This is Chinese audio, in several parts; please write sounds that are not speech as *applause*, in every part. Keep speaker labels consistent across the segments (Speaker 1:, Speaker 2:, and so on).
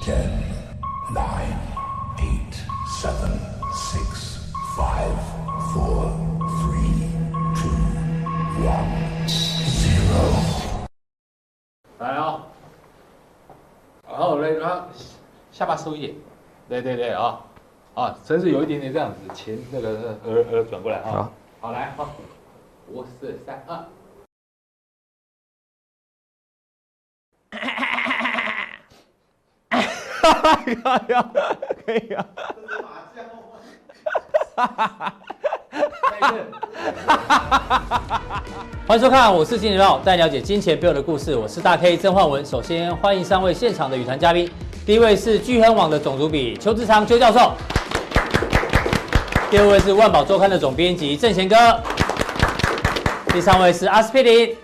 Speaker 1: Ten, nine, eight, seven, six, five, four, three, two, one, zero。
Speaker 2: 来啊、然后嘞，然后下巴收一点，对对对啊、啊，甚至有一点点这样子，前那个耳耳转过来啊、
Speaker 3: 好
Speaker 2: 好来好，五四三二，
Speaker 3: 可以啊，可以啊，
Speaker 2: 再一次，
Speaker 4: 欢迎收看，我是金钱豹，带你了解金钱背后的故事。我是大 K 曾焕文。首先欢迎三位现场的语团嘉宾，第一位是聚亨网的总主笔邱志昌邱教授，第二位是万宝周刊的总编辑郑贤哥，第三位是阿司匹林。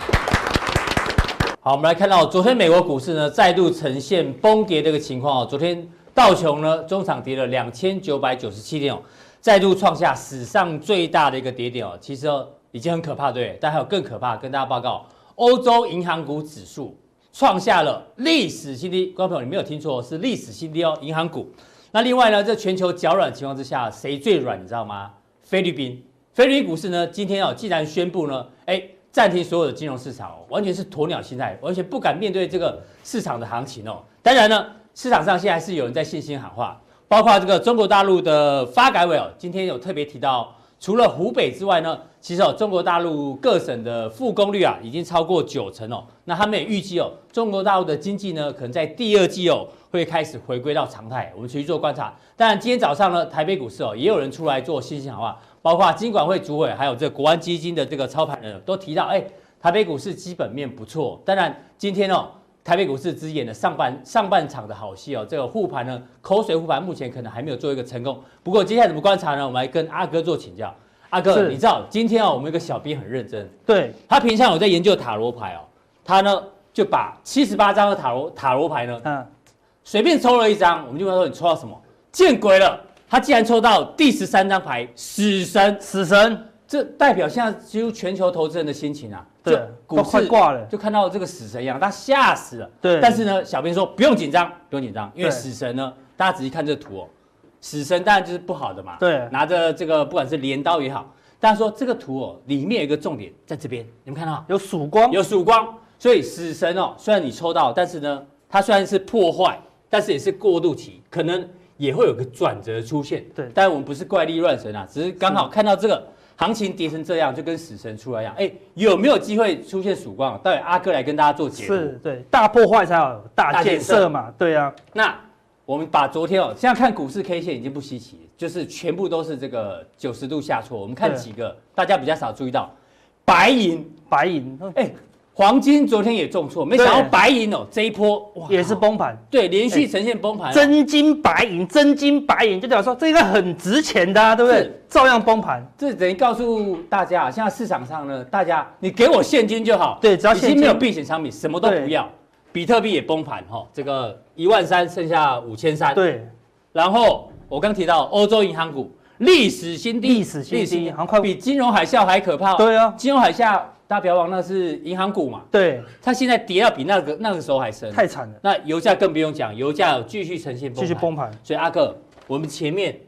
Speaker 4: 好，我们来看到昨天美国股市呢再度呈现崩跌的一个情况哦。昨天道琼呢中场跌了两千九百九十七点哦，再度创下史上最大的一个跌点哦。其实哦已经很可怕，对不对，但还有更可怕，跟大家报告，哦欧洲银行股指数创下了历史新低。观众朋友，你没有听错哦，是历史新低哦，银行股。那另外呢，这全球脚软的情况之下，谁最软？你知道吗？菲律宾，菲律宾股市呢，今天哦，既然宣布呢，哎，暂停所有的金融市场哦，完全是鸵鸟心态，完全不敢面对这个市场的行情哦。当然呢，市场上现在还是有人在信心喊话，包括这个中国大陆的发改委哦，今天有特别提到，除了湖北之外呢，其实哦，中国大陆各省的复工率啊，已经超过九成哦。那他们也预计哦，中国大陆的经济呢，可能在第二季哦会开始回归到常态。我们持续做观察。当然，今天早上呢，台北股市哦，也有人出来做信心喊话，包括金管会主委还有这国安基金的这个操盘人都提到，哎，台北股市基本面不错。当然，今天哦。台北股市只演了上半上半场的好戏哦，这个护盘呢，口水护盘目前可能还没有做一个成功。不过接下来怎么观察呢？我们来跟阿哥做请教。阿哥，
Speaker 5: 是
Speaker 4: 你知道今天哦，我们有一个小编很认真，
Speaker 5: 对，
Speaker 4: 他平常有在研究塔罗牌哦，他呢就把七十八张的塔罗塔罗牌呢
Speaker 5: 嗯，
Speaker 4: 随便抽了一张，我们就问他说你抽到什么？见鬼了！他竟然抽到第十三张牌死神，
Speaker 5: 死神，
Speaker 4: 这代表现在几乎全球投资人的心情啊，
Speaker 5: 对
Speaker 4: 就股
Speaker 5: 都快
Speaker 4: 市
Speaker 5: 挂了
Speaker 4: 就看到这个死神一样，他吓死了。
Speaker 5: 对
Speaker 4: 但是呢，小编说不用紧张，不用紧张，因为
Speaker 5: 对
Speaker 4: 死神呢，大家仔细看这图哦，死神当然就是不好的嘛，
Speaker 5: 对
Speaker 4: 拿着这个不管是镰刀也好，大家说这个图哦，里面有一个重点在这边，你们看到
Speaker 5: 有曙光，
Speaker 4: 有曙光，所以死神哦，虽然你抽到，但是呢，它虽然是破坏，但是也是过渡期，可能也会有个转折出现。
Speaker 5: 对
Speaker 4: 但我们不是怪力乱神啊，只是刚好看到这个行情跌成这样，就跟死神出来一样。哎，有没有机会出现曙光？待会阿哥来跟大家做解读。
Speaker 5: 是，对，大破坏才有
Speaker 4: 大
Speaker 5: 大
Speaker 4: 建
Speaker 5: 建
Speaker 4: 设
Speaker 5: 设嘛，对啊，
Speaker 4: 那我们把昨天哦，现在看股市 K 线已经不稀奇，就是全部都是这个九十度下挫。我们看
Speaker 5: 对
Speaker 4: 几个大家比较少注意到，白银，
Speaker 5: 白银，
Speaker 4: 哎、黄金昨天也重挫，没想到
Speaker 5: 对
Speaker 4: 白银哦这一波哇
Speaker 5: 也是崩盘，
Speaker 4: 对，连续呈现崩盘、哦。
Speaker 5: 真金白银，真金白银，就代表说这个很值钱的、啊，对不对
Speaker 4: 是？
Speaker 5: 照样崩盘，
Speaker 4: 这等于告诉大家啊，现在市场上呢，大家你给我现金就好，
Speaker 5: 对只要
Speaker 4: 已经
Speaker 5: 现
Speaker 4: 没有
Speaker 5: 金
Speaker 4: 避险商品，什么都不
Speaker 5: 对
Speaker 4: 要。比特币也崩盘哈、哦，这个一万三剩下五千三。，
Speaker 5: 对，
Speaker 4: 然后我刚提到欧洲银行股历史新低，
Speaker 5: 历史新低好像快
Speaker 4: 比金融海啸还可怕、
Speaker 5: 对啊
Speaker 4: 金融海啸大家不要忘，那是银行股嘛，
Speaker 5: 对，
Speaker 4: 它现在跌到比那个那个时候还深。
Speaker 5: 太惨了，
Speaker 4: 那油价更不用讲，油价有继续呈嗯现崩
Speaker 5: 继续崩盘，
Speaker 4: 所以阿哥，我们前面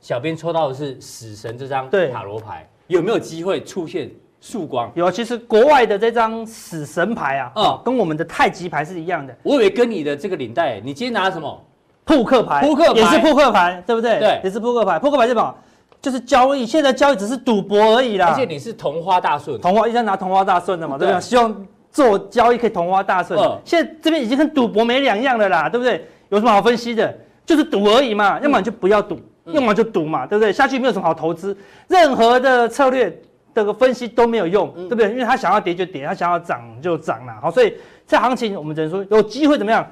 Speaker 4: 小编抽到的是死神这张
Speaker 5: 对
Speaker 4: 塔罗牌，有没有机会出现曙光？
Speaker 5: 有啊，其实国外的这张死神牌啊，
Speaker 4: 嗯
Speaker 5: 哦，跟我们的太极牌是一样的，
Speaker 4: 我以为跟你的这个领带，你今天拿什么？
Speaker 5: 扑克牌，
Speaker 4: 扑克牌
Speaker 5: 也是扑克牌，对不对？
Speaker 4: 对
Speaker 5: 也是扑克牌，扑克牌是什么？就是交易，现在交易只是赌博而已啦。
Speaker 4: 而且你是同花大顺，
Speaker 5: 同花一直在拿同花大顺的嘛，对不
Speaker 4: 对
Speaker 5: 对？希望做交易可以同花大顺
Speaker 4: 嗯。
Speaker 5: 现在这边已经跟赌博没两样了啦，对不对？有什么好分析的？就是赌而已
Speaker 4: 嗯
Speaker 5: 嘛，要么你就不要赌，要么就赌嘛，对不对？下去没有什么好投资，任何的策略这个分析都没有用，
Speaker 4: 嗯
Speaker 5: 对不对？因为他想要跌就跌，他想要涨就涨啦。好，所以这行情我们只能说有机会怎么样，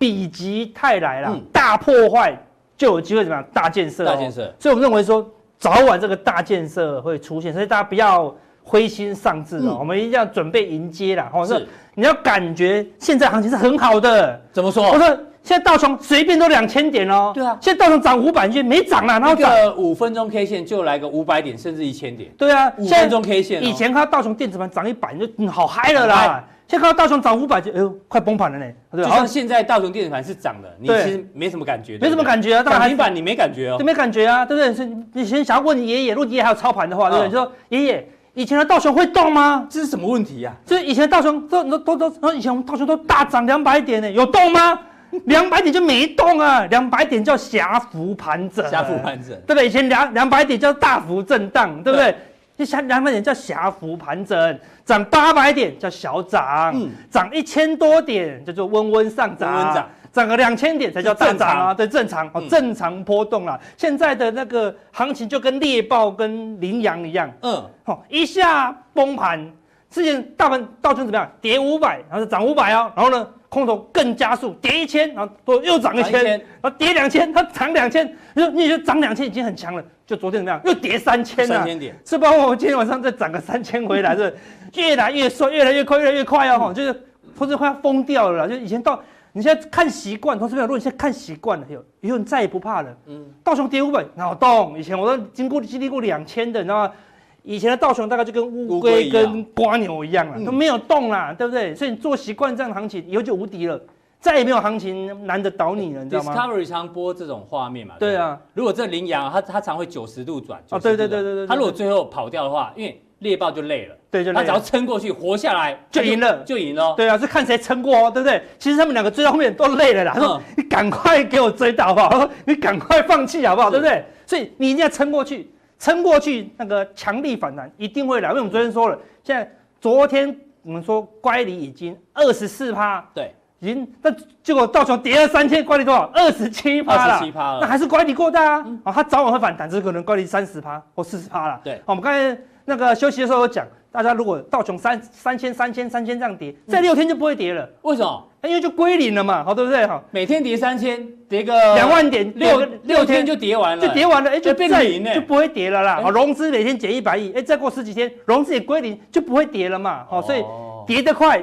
Speaker 5: 否极泰来啦，
Speaker 4: 嗯
Speaker 5: 大破坏就有机会怎么样大建设、哦，
Speaker 4: 大建设
Speaker 5: 所以我们认为说，早晚这个大建设会出现，所以大家不要灰心丧志哦，
Speaker 4: 嗯
Speaker 5: 我们一定要准备迎接啦。哦，
Speaker 4: 是
Speaker 5: 那你要感觉现在行情是很好的。
Speaker 4: 怎么
Speaker 5: 我
Speaker 4: 说？
Speaker 5: 说现在道琼随便都两千点哦，
Speaker 4: 哦对啊
Speaker 5: 现在道琼涨五百点没涨啦，然
Speaker 4: 那
Speaker 5: 后涨。
Speaker 4: 个五分钟 K 线就来个五百点甚至一千点，
Speaker 5: 对啊，
Speaker 4: 五
Speaker 5: 现在
Speaker 4: 分钟 K 线哦
Speaker 5: 以前看到道琼电子盘涨一百，你就嗯好嗨了
Speaker 4: 很嗨
Speaker 5: 啦。现在看到道琼涨五百，就哎呦，快崩盘了呢，对
Speaker 4: 就
Speaker 5: 吧？好
Speaker 4: 像，现在道琼电子盘是涨的，你
Speaker 5: 对
Speaker 4: 其实没什么感觉，
Speaker 5: 没什么感
Speaker 4: 觉，
Speaker 5: 觉啊，当然
Speaker 4: 涨
Speaker 5: 还
Speaker 4: 停板你没感觉哦
Speaker 5: 就。没感觉啊，对不对？是你你先想要问你爷爷，如果你爷爷还有操盘的话，对不
Speaker 4: 嗯
Speaker 5: 对？你说爷爷，以前的道琼会动吗？
Speaker 4: 这是什么问题 *laughs* 呀？
Speaker 5: 就是以前的道琼都都都都，以前我们道琼都大涨两百点呢，有动
Speaker 4: *laughs*
Speaker 5: 吗？两百点就没动啊，两百点叫狭幅盘整，啊
Speaker 4: 下副盘整
Speaker 5: 对，不对？以前两两百点叫大幅震荡，对不
Speaker 4: 对
Speaker 5: 对？就像两百点叫狭幅盘整，涨八百点叫小涨
Speaker 4: 嗯，
Speaker 5: 涨一千多点叫做温温上涨，
Speaker 4: 温温涨
Speaker 5: 涨个两千点才叫大涨啊，对，正常哦
Speaker 4: 嗯，
Speaker 5: 正常波动啦。现在的那个行情就跟猎豹跟羚羊一样，
Speaker 4: 嗯，
Speaker 5: 哦，一下崩盘。之前大盘道琼怎么样？跌五百，然后是涨五百哦，然后呢，空头更加速，跌一千，然后多又涨一
Speaker 4: 涨
Speaker 5: 千，
Speaker 4: 1000
Speaker 5: 然后跌两千，它涨两千，你说你就涨两千已经很强了，就昨天怎么样？又跌三千了
Speaker 4: 三，千点，
Speaker 5: 是包括我今天晚上再涨个三千回来， *laughs* 是越来越衰，越来越快，越来越快哦，吼就是投资快要疯掉了啦，就以前到你现在看习惯，投资朋友，如果你现在看习惯了，有以后你再也不怕了。
Speaker 4: 嗯
Speaker 5: 嗯，道琼跌五百，脑洞，以前我都经过经历过两千的，你知道吗？以前的道琼大概就跟乌
Speaker 4: 乌龟
Speaker 5: 龟
Speaker 4: 一样
Speaker 5: 跟瓜牛一样了，
Speaker 4: 嗯
Speaker 5: 都没有动啦，对不对？所以你做习惯这样的行情，以后就无敌了，再也没有行情难得倒你了，你知道吗？
Speaker 4: Discovery 常播这种画面嘛？
Speaker 5: 对
Speaker 4: 不
Speaker 5: 啊，
Speaker 4: 如果这羚羊，它它常会九十度转。
Speaker 5: 哦
Speaker 4: 90度
Speaker 5: 对对
Speaker 4: 转
Speaker 5: 对对对对
Speaker 4: 它如果最后跑掉的话，因为猎豹就累了，
Speaker 5: 对，就
Speaker 4: 它
Speaker 5: 那
Speaker 4: 只要
Speaker 5: 样。
Speaker 4: 撑过去，活下来
Speaker 5: 就赢了
Speaker 4: 就赢了。
Speaker 5: *laughs* 对啊，是看谁撑过哦，对不对？其实他们两个追到后面都累了啦。他
Speaker 4: 嗯
Speaker 5: 说：“你赶快给我追到好不好？”他说：“ *laughs* 你赶快放弃好不好？”
Speaker 4: 是
Speaker 5: 对不对？所以你一定要撑过去，撑过去，那个强力反弹一定会来。因为我们昨天说了，现在昨天我们说乖离已经二十四趴，
Speaker 4: 对，
Speaker 5: 已经那结果到时候跌了三千，乖离多少？二十七趴
Speaker 4: 二
Speaker 5: 啦
Speaker 4: 十。七趴
Speaker 5: 那
Speaker 4: 了。
Speaker 5: 还是乖离过大啊！哦，它早晚会反弹，只是可能乖离三十趴或四十趴啦。
Speaker 4: 嗯对
Speaker 5: 哦我们刚才那个休息的时候有讲，大家如果道琼三三千、三千、三千这样跌，
Speaker 4: 嗯
Speaker 5: 这六天就不会跌了，哎
Speaker 4: 为什么
Speaker 5: 因为就归零了嘛，好哦对不对？哈，
Speaker 4: 每天跌三千，跌个
Speaker 5: 两万点
Speaker 4: 六
Speaker 5: 六
Speaker 4: 六
Speaker 5: 六
Speaker 4: 天
Speaker 5: 天
Speaker 4: 就跌完了，
Speaker 5: 就跌完了，哎，就
Speaker 4: 变
Speaker 5: 再
Speaker 4: 零欸
Speaker 5: 就不会跌了啦
Speaker 4: 哎。
Speaker 5: 好，融资每天减一百亿，哎，再过十几天融资也归零，就不会跌了嘛。好，所以
Speaker 4: 哦
Speaker 5: 跌得快，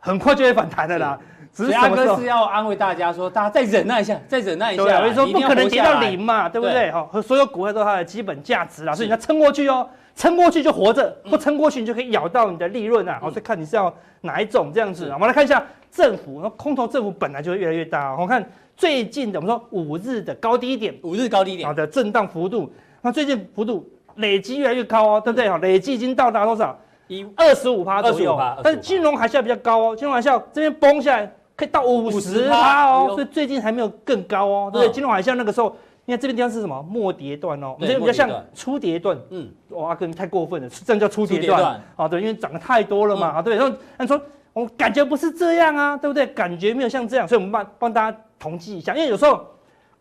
Speaker 5: 很快就会反弹的啦。只
Speaker 4: 所
Speaker 5: 是
Speaker 4: 以
Speaker 5: 什
Speaker 4: 阿
Speaker 5: 么时
Speaker 4: 哥
Speaker 5: 候
Speaker 4: 是？要安慰大家说，大家再忍耐一下，再忍耐一下
Speaker 5: 对啊，
Speaker 4: 啦，
Speaker 5: 我就说
Speaker 4: 你一
Speaker 5: 不
Speaker 4: 定要
Speaker 5: 可能
Speaker 4: 活
Speaker 5: 跌
Speaker 4: 下
Speaker 5: 到
Speaker 4: 来
Speaker 5: 零。嘛，对不
Speaker 4: 对
Speaker 5: 对？好，和所有股票都有它的基本价值啦，所
Speaker 4: 是嗯
Speaker 5: 以你要撑过去哦，撑过去就活着，不撑过去你就可以咬到你的利润啊。好，再看你是要哪一种这样子
Speaker 4: 是
Speaker 5: 啊。我们来看一下政府，那空头政府本来就会越来越大哦。我看最近的我们说五日的高低点，
Speaker 4: 五日高低点
Speaker 5: 好，的震荡幅度，那最近幅度累积越来越高哦，对不对？好，累积已经到达多少？
Speaker 4: 一
Speaker 5: 二十五趴左右
Speaker 4: 25%，
Speaker 5: 但是金融海啸比较高哦，金融海啸这边崩下来可以到五十
Speaker 4: 50%
Speaker 5: 趴哦
Speaker 4: 哎，呦
Speaker 5: 所以最近还没有更高哦，对
Speaker 4: 嗯
Speaker 5: 不对？金融海啸那个时候，你看这边地方是什么末跌段哦，我
Speaker 4: 对
Speaker 5: 们这边比较
Speaker 4: 末跌
Speaker 5: 像
Speaker 4: 段
Speaker 5: 初跌段，
Speaker 4: 嗯，
Speaker 5: 哇，跟太过分了，这样叫初
Speaker 4: 跌
Speaker 5: 跌
Speaker 4: 段
Speaker 5: 段啊，对，因为涨得太多了嘛，啊，对，然后按说我感觉不是这样啊，对不对？感觉没有像这样，所以我们帮帮大家统计一下，因为有时候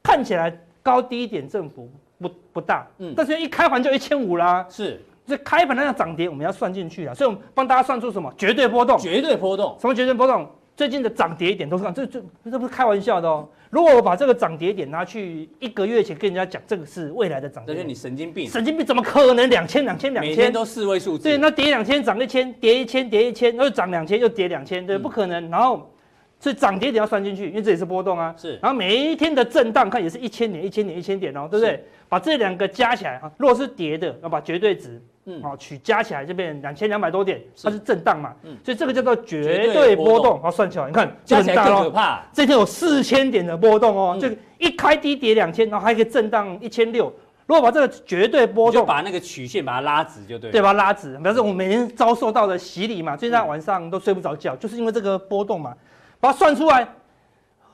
Speaker 5: 看起来高低点振幅不不大，
Speaker 4: 嗯
Speaker 5: 嗯，但是一开盘就一千五啦，
Speaker 4: 是
Speaker 5: 所以开盘那样涨跌我们要算进去啊，所以我们帮大家算出什么绝对波动，
Speaker 4: 绝对波动，
Speaker 5: 什么绝对波动？最近的涨跌点都是这样，这这这不是开玩笑的哦。如果我把这个涨跌点拿去一个月前跟人家讲，这个是未来的涨
Speaker 4: 那
Speaker 5: 跌
Speaker 4: 就
Speaker 5: 点
Speaker 4: 你，神经病，
Speaker 5: 神经病怎么可能两千两千两
Speaker 4: 每
Speaker 5: 千
Speaker 4: 天？都四位数字，
Speaker 5: 对，那跌两千涨一千，跌一千跌一千，然后涨两千又跌两千，对，
Speaker 4: 嗯
Speaker 5: 不可能。然后所以涨跌点要算进去，因为这也是波动啊。
Speaker 4: 是
Speaker 5: 然后每一天的震荡看也是一千点、一千点、一千点哦，对不对？把这两个加起来啊，如果是跌的，要把绝对值
Speaker 4: 嗯
Speaker 5: 啊取加起来就变两千两百多点，
Speaker 4: 是
Speaker 5: 它是震荡嘛
Speaker 4: 嗯，
Speaker 5: 所以这个叫做
Speaker 4: 绝对
Speaker 5: 绝对
Speaker 4: 波
Speaker 5: 波
Speaker 4: 动
Speaker 5: 动，好算起来，你看就
Speaker 4: 加
Speaker 5: 很
Speaker 4: 起来
Speaker 5: 大
Speaker 4: 更可
Speaker 5: 咯。
Speaker 4: 怕。
Speaker 5: 这天有四千点的波动哦
Speaker 4: 嗯，
Speaker 5: 这个一开低跌两千，然后还可以震荡一千六。如果把这个绝对波
Speaker 4: 你就
Speaker 5: 动
Speaker 4: 把那个曲线把它拉直就对了。
Speaker 5: 对吧？拉直，表示我们每天遭受到的洗礼
Speaker 4: 嗯
Speaker 5: 嘛，最近晚上都睡不着觉，就是因为这个波动嘛，把它算出来，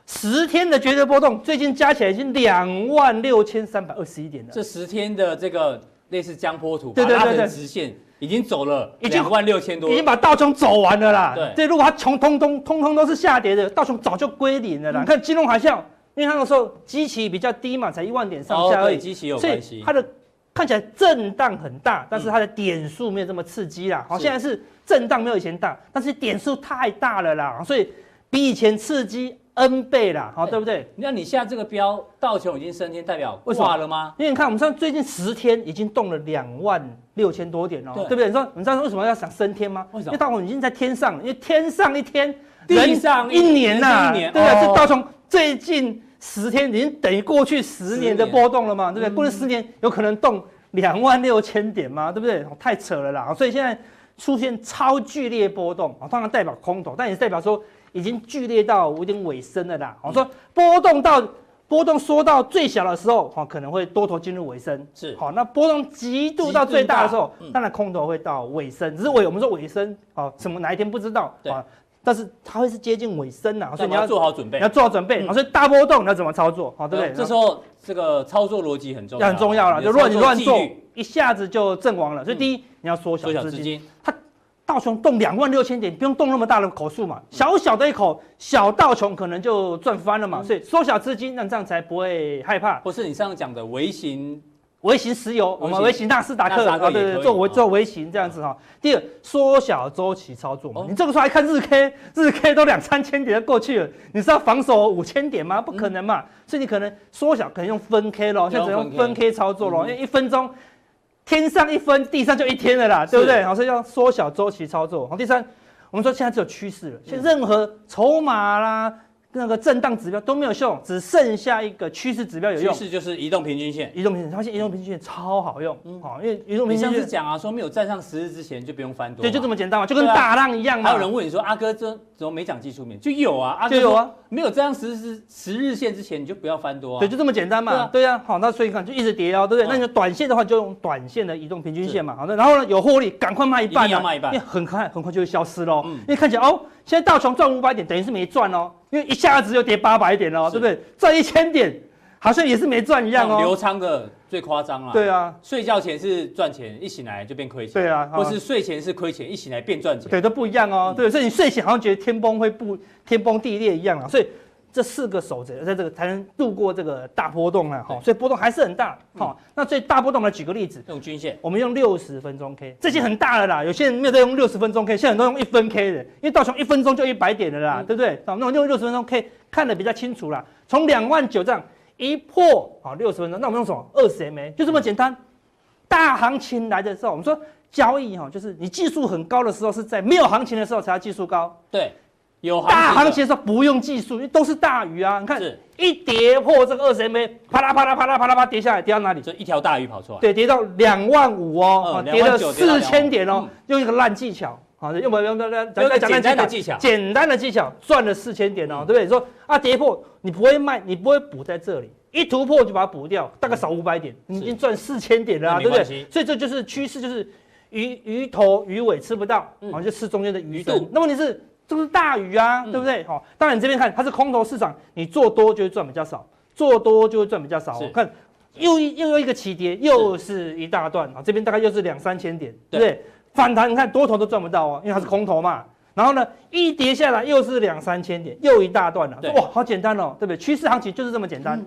Speaker 5: 十天的绝对波动，最近加起来已经两万六千三百二十一点了，
Speaker 4: 这十天的这个类似江坡图，
Speaker 5: 对对
Speaker 4: 把它拉
Speaker 5: 对
Speaker 4: 成
Speaker 5: 对
Speaker 4: 直线已经走了
Speaker 5: 已经
Speaker 4: 两万六千多，
Speaker 5: 已经把道琼走完了啦。
Speaker 4: 对
Speaker 5: 如果它穷通通通通都是下跌的，道琼早就归零
Speaker 4: 嗯
Speaker 5: 了啦。你看金融海啸，因为它那个时候基期比较低嘛，才一万点上
Speaker 4: 哦
Speaker 5: 下而
Speaker 4: 对
Speaker 5: 已，
Speaker 4: 基期有
Speaker 5: 所
Speaker 4: 关
Speaker 5: 以
Speaker 4: 系嗯
Speaker 5: 它。的看起来震荡很大，但是它的点数没有这么刺激啦。好，
Speaker 4: 是
Speaker 5: 现在是震荡没有以前大，但是点数太大了啦，哦所以比以前刺激 N 倍啦，好，
Speaker 4: 对
Speaker 5: 对不对？
Speaker 4: 那你下这个标，道琼已经升天，代表
Speaker 5: 为什么
Speaker 4: 挂了吗？
Speaker 5: 因为你看，我们像最近十天已经动了两万六千多点哦，
Speaker 4: 对
Speaker 5: 对不对？你说，你知道为什么要想升天吗？
Speaker 4: 为什么
Speaker 5: 因为大红已经在天上了，因为天上一天，
Speaker 4: 地
Speaker 5: 人
Speaker 4: 上一
Speaker 5: 一年呐、
Speaker 4: 人是一年
Speaker 5: 对啊，
Speaker 4: 哦
Speaker 5: 这大从最近十天已经等于过去十年的
Speaker 4: 十年
Speaker 5: 波动了嘛，对不对？过去十年有可能动两万六千点嘛，对不对？哦太扯了啦！所以现在出现超剧烈波动，哦，当然代表空头，但也是代表说已经剧烈到有点尾声了啦。
Speaker 4: 嗯
Speaker 5: 哦，说波动到波动缩到最小的时候，哦，可能会多头进入尾声，
Speaker 4: 是
Speaker 5: 好、那波动极度到最大的时候
Speaker 4: 极度大嗯，
Speaker 5: 当然空头会到尾声，只是尾我们说尾声，哦，什么哪一天不知道，
Speaker 4: 对
Speaker 5: 哦，但是它会是接近尾声啦，哦
Speaker 4: 所
Speaker 5: 所以
Speaker 4: 以你
Speaker 5: 你
Speaker 4: 要
Speaker 5: 要
Speaker 4: 做好准备
Speaker 5: 你要。做好准备，
Speaker 4: 嗯
Speaker 5: 哦所以大波动你要怎么操作，哦好、对不对？
Speaker 4: 这时候这个操作逻辑很重要，
Speaker 5: 要很重要了，
Speaker 4: 你
Speaker 5: 就
Speaker 4: 的
Speaker 5: 如果你
Speaker 4: 操作
Speaker 5: 乱
Speaker 4: 纪
Speaker 5: 做
Speaker 4: 律，嗯
Speaker 5: 一下子就阵亡了。所以第一，你要缩小
Speaker 4: 缩小
Speaker 5: 资
Speaker 4: 资
Speaker 5: 金。
Speaker 4: 金，
Speaker 5: 道琼动两万六千点，不用动那么大的口数
Speaker 4: 嗯
Speaker 5: 嘛，小小的一口小道琼可能就赚翻了
Speaker 4: 嗯
Speaker 5: 嘛。所以缩小资金，那这样才不会害怕。
Speaker 4: 或是你上次讲的微型，
Speaker 5: 微型石油，我们微型纳斯达
Speaker 4: 纳斯
Speaker 5: 克，
Speaker 4: 达克
Speaker 5: 哦
Speaker 4: 也
Speaker 5: 对对
Speaker 4: 可以
Speaker 5: 对，做微
Speaker 4: 哦
Speaker 5: 做微型这样子哈。第二，缩小周期操作嘛
Speaker 4: 哦。
Speaker 5: 你这个时候还看日 K，日 K 都两三千点就过去了，你是要防守五千点吗？不可能嘛。所以你可能缩小，可能用分 K 咯，
Speaker 4: 嗯要
Speaker 5: 像只能
Speaker 4: 分
Speaker 5: 用
Speaker 4: K
Speaker 5: 分 K 操作咯，
Speaker 4: 嗯
Speaker 5: 因为一分钟天上一分，地上就一天了
Speaker 4: 嗯
Speaker 5: 啦，对不对？好，所以要缩小周期操作。好，第三，我们说现在只有趋势了，
Speaker 4: 嗯
Speaker 5: 现在任何筹码啦。那个震荡指标都没有用，只剩下一个趋势指标有
Speaker 4: 趋
Speaker 5: 用。
Speaker 4: 势就是移动平均线。
Speaker 5: 移动平均线，发现移动平均线超好用，好、因为移
Speaker 4: 嗯
Speaker 5: 动
Speaker 4: 你
Speaker 5: 平
Speaker 4: 上次
Speaker 5: 均线
Speaker 4: 讲啊，说没有站上十日之前就不用翻多嘛，
Speaker 5: 对，就这么简单嘛，就跟
Speaker 4: 对啊
Speaker 5: 大浪一样嘛。
Speaker 4: 还有人问你说，阿哥这怎么没讲技术面？就有啊，阿哥
Speaker 5: 就有啊
Speaker 4: 说，没有站上十日十日线之前，你就不要翻多啊。
Speaker 5: 对，就这么简单
Speaker 4: 对
Speaker 5: 嘛
Speaker 4: 啊。
Speaker 5: 对啊，好，那所以你看就一直跌哦，对
Speaker 4: 嗯
Speaker 5: 不对？那你短线的话就用短线的移动平均线嘛。好，那然后呢有获利，赶快卖一半啊，
Speaker 4: 一定要卖一半
Speaker 5: 因为很快很快就会消失喽。
Speaker 4: 嗯
Speaker 5: 因为看起来哦，现在道琼赚五百点，等于是没赚哦，因为一下子就跌八百点喽，
Speaker 4: 是
Speaker 5: 对不对？赚一千点好像也是没赚一样
Speaker 4: 像
Speaker 5: 哦
Speaker 4: 刘。昌的最夸张了。
Speaker 5: 对啊，
Speaker 4: 睡觉前是赚钱，一醒来就变亏钱。
Speaker 5: 对啊
Speaker 4: 或是睡前是亏钱，一醒来变赚钱。
Speaker 5: 对，都不一样哦
Speaker 4: 嗯。
Speaker 5: 对，所以你睡醒好像觉得天崩会不天崩地裂一样啊。所以这四个守则，在这个才能度过这个大波动啊。哈、
Speaker 4: 对
Speaker 5: 所以波动还是很大。好、那最大波动，我们来举个例子，
Speaker 4: 用均线，
Speaker 5: 我们用六十分钟 K，这些很大了啦。有些人没有在用六十分钟 K，现在很多用一分 K 的，因为道琼一分钟就一百点的啦，
Speaker 4: 嗯
Speaker 5: 对不对？好，那我们用六十分钟 K 看得比较清楚啦。从两万九这样一破，好六十分钟，那我们用什么？二十 MA，就这么简单。大行情来的时候，我们说交易哈，就是你技术很高的时候是在没有行情的时候才要技术高，
Speaker 4: 对，有哦行
Speaker 5: 大行
Speaker 4: 情
Speaker 5: 情的时候不用技术，因为都是大鱼啊。你看
Speaker 4: 是
Speaker 5: 一跌破这个二十 MA，啪啦啪啦啪啦啪啦啪啦跌下来，跌到哪里
Speaker 4: 的？就一条大鱼跑出来。
Speaker 5: 对，跌到两万五哦，啊
Speaker 4: 啊嗯
Speaker 5: 跌了
Speaker 4: 29跌到
Speaker 5: 四千点
Speaker 4: 25
Speaker 5: 哦，用一个烂技巧，啊好，用不用用用
Speaker 4: 嗯用一个
Speaker 5: 讲
Speaker 4: 简
Speaker 5: 烂
Speaker 4: 单的技巧嗯
Speaker 5: 简单的技巧赚了四千点哦，对不对？你说啊，跌破你不会卖，你不会补在这里，一突破就把它补掉，大概少五百点，你已经赚四千点了
Speaker 4: 嗯那
Speaker 5: 啊，
Speaker 4: 没
Speaker 5: 对不对
Speaker 4: 关系？
Speaker 5: 所以这就是趋势，就是鱼鱼头鱼尾吃不到，啊好就吃中间的鱼
Speaker 4: 嗯鱼肚嗯
Speaker 5: 肚。那问题是这是大鱼啊，对不对？好，当然你这边看它是空头市场，你做多就会赚比较少，做多就会赚比较少哦
Speaker 4: 是。
Speaker 5: 看又一又一个起跌，又是一大段啊，这边大概又是两三千点，对不对？反弹你看多头都赚不到啊，因为它是空头嘛。然后呢，一跌下来又是两三千点，又一大段了、
Speaker 4: 对嗯
Speaker 5: 哇，好简单哦，对不对？趋势行情就是这么简单。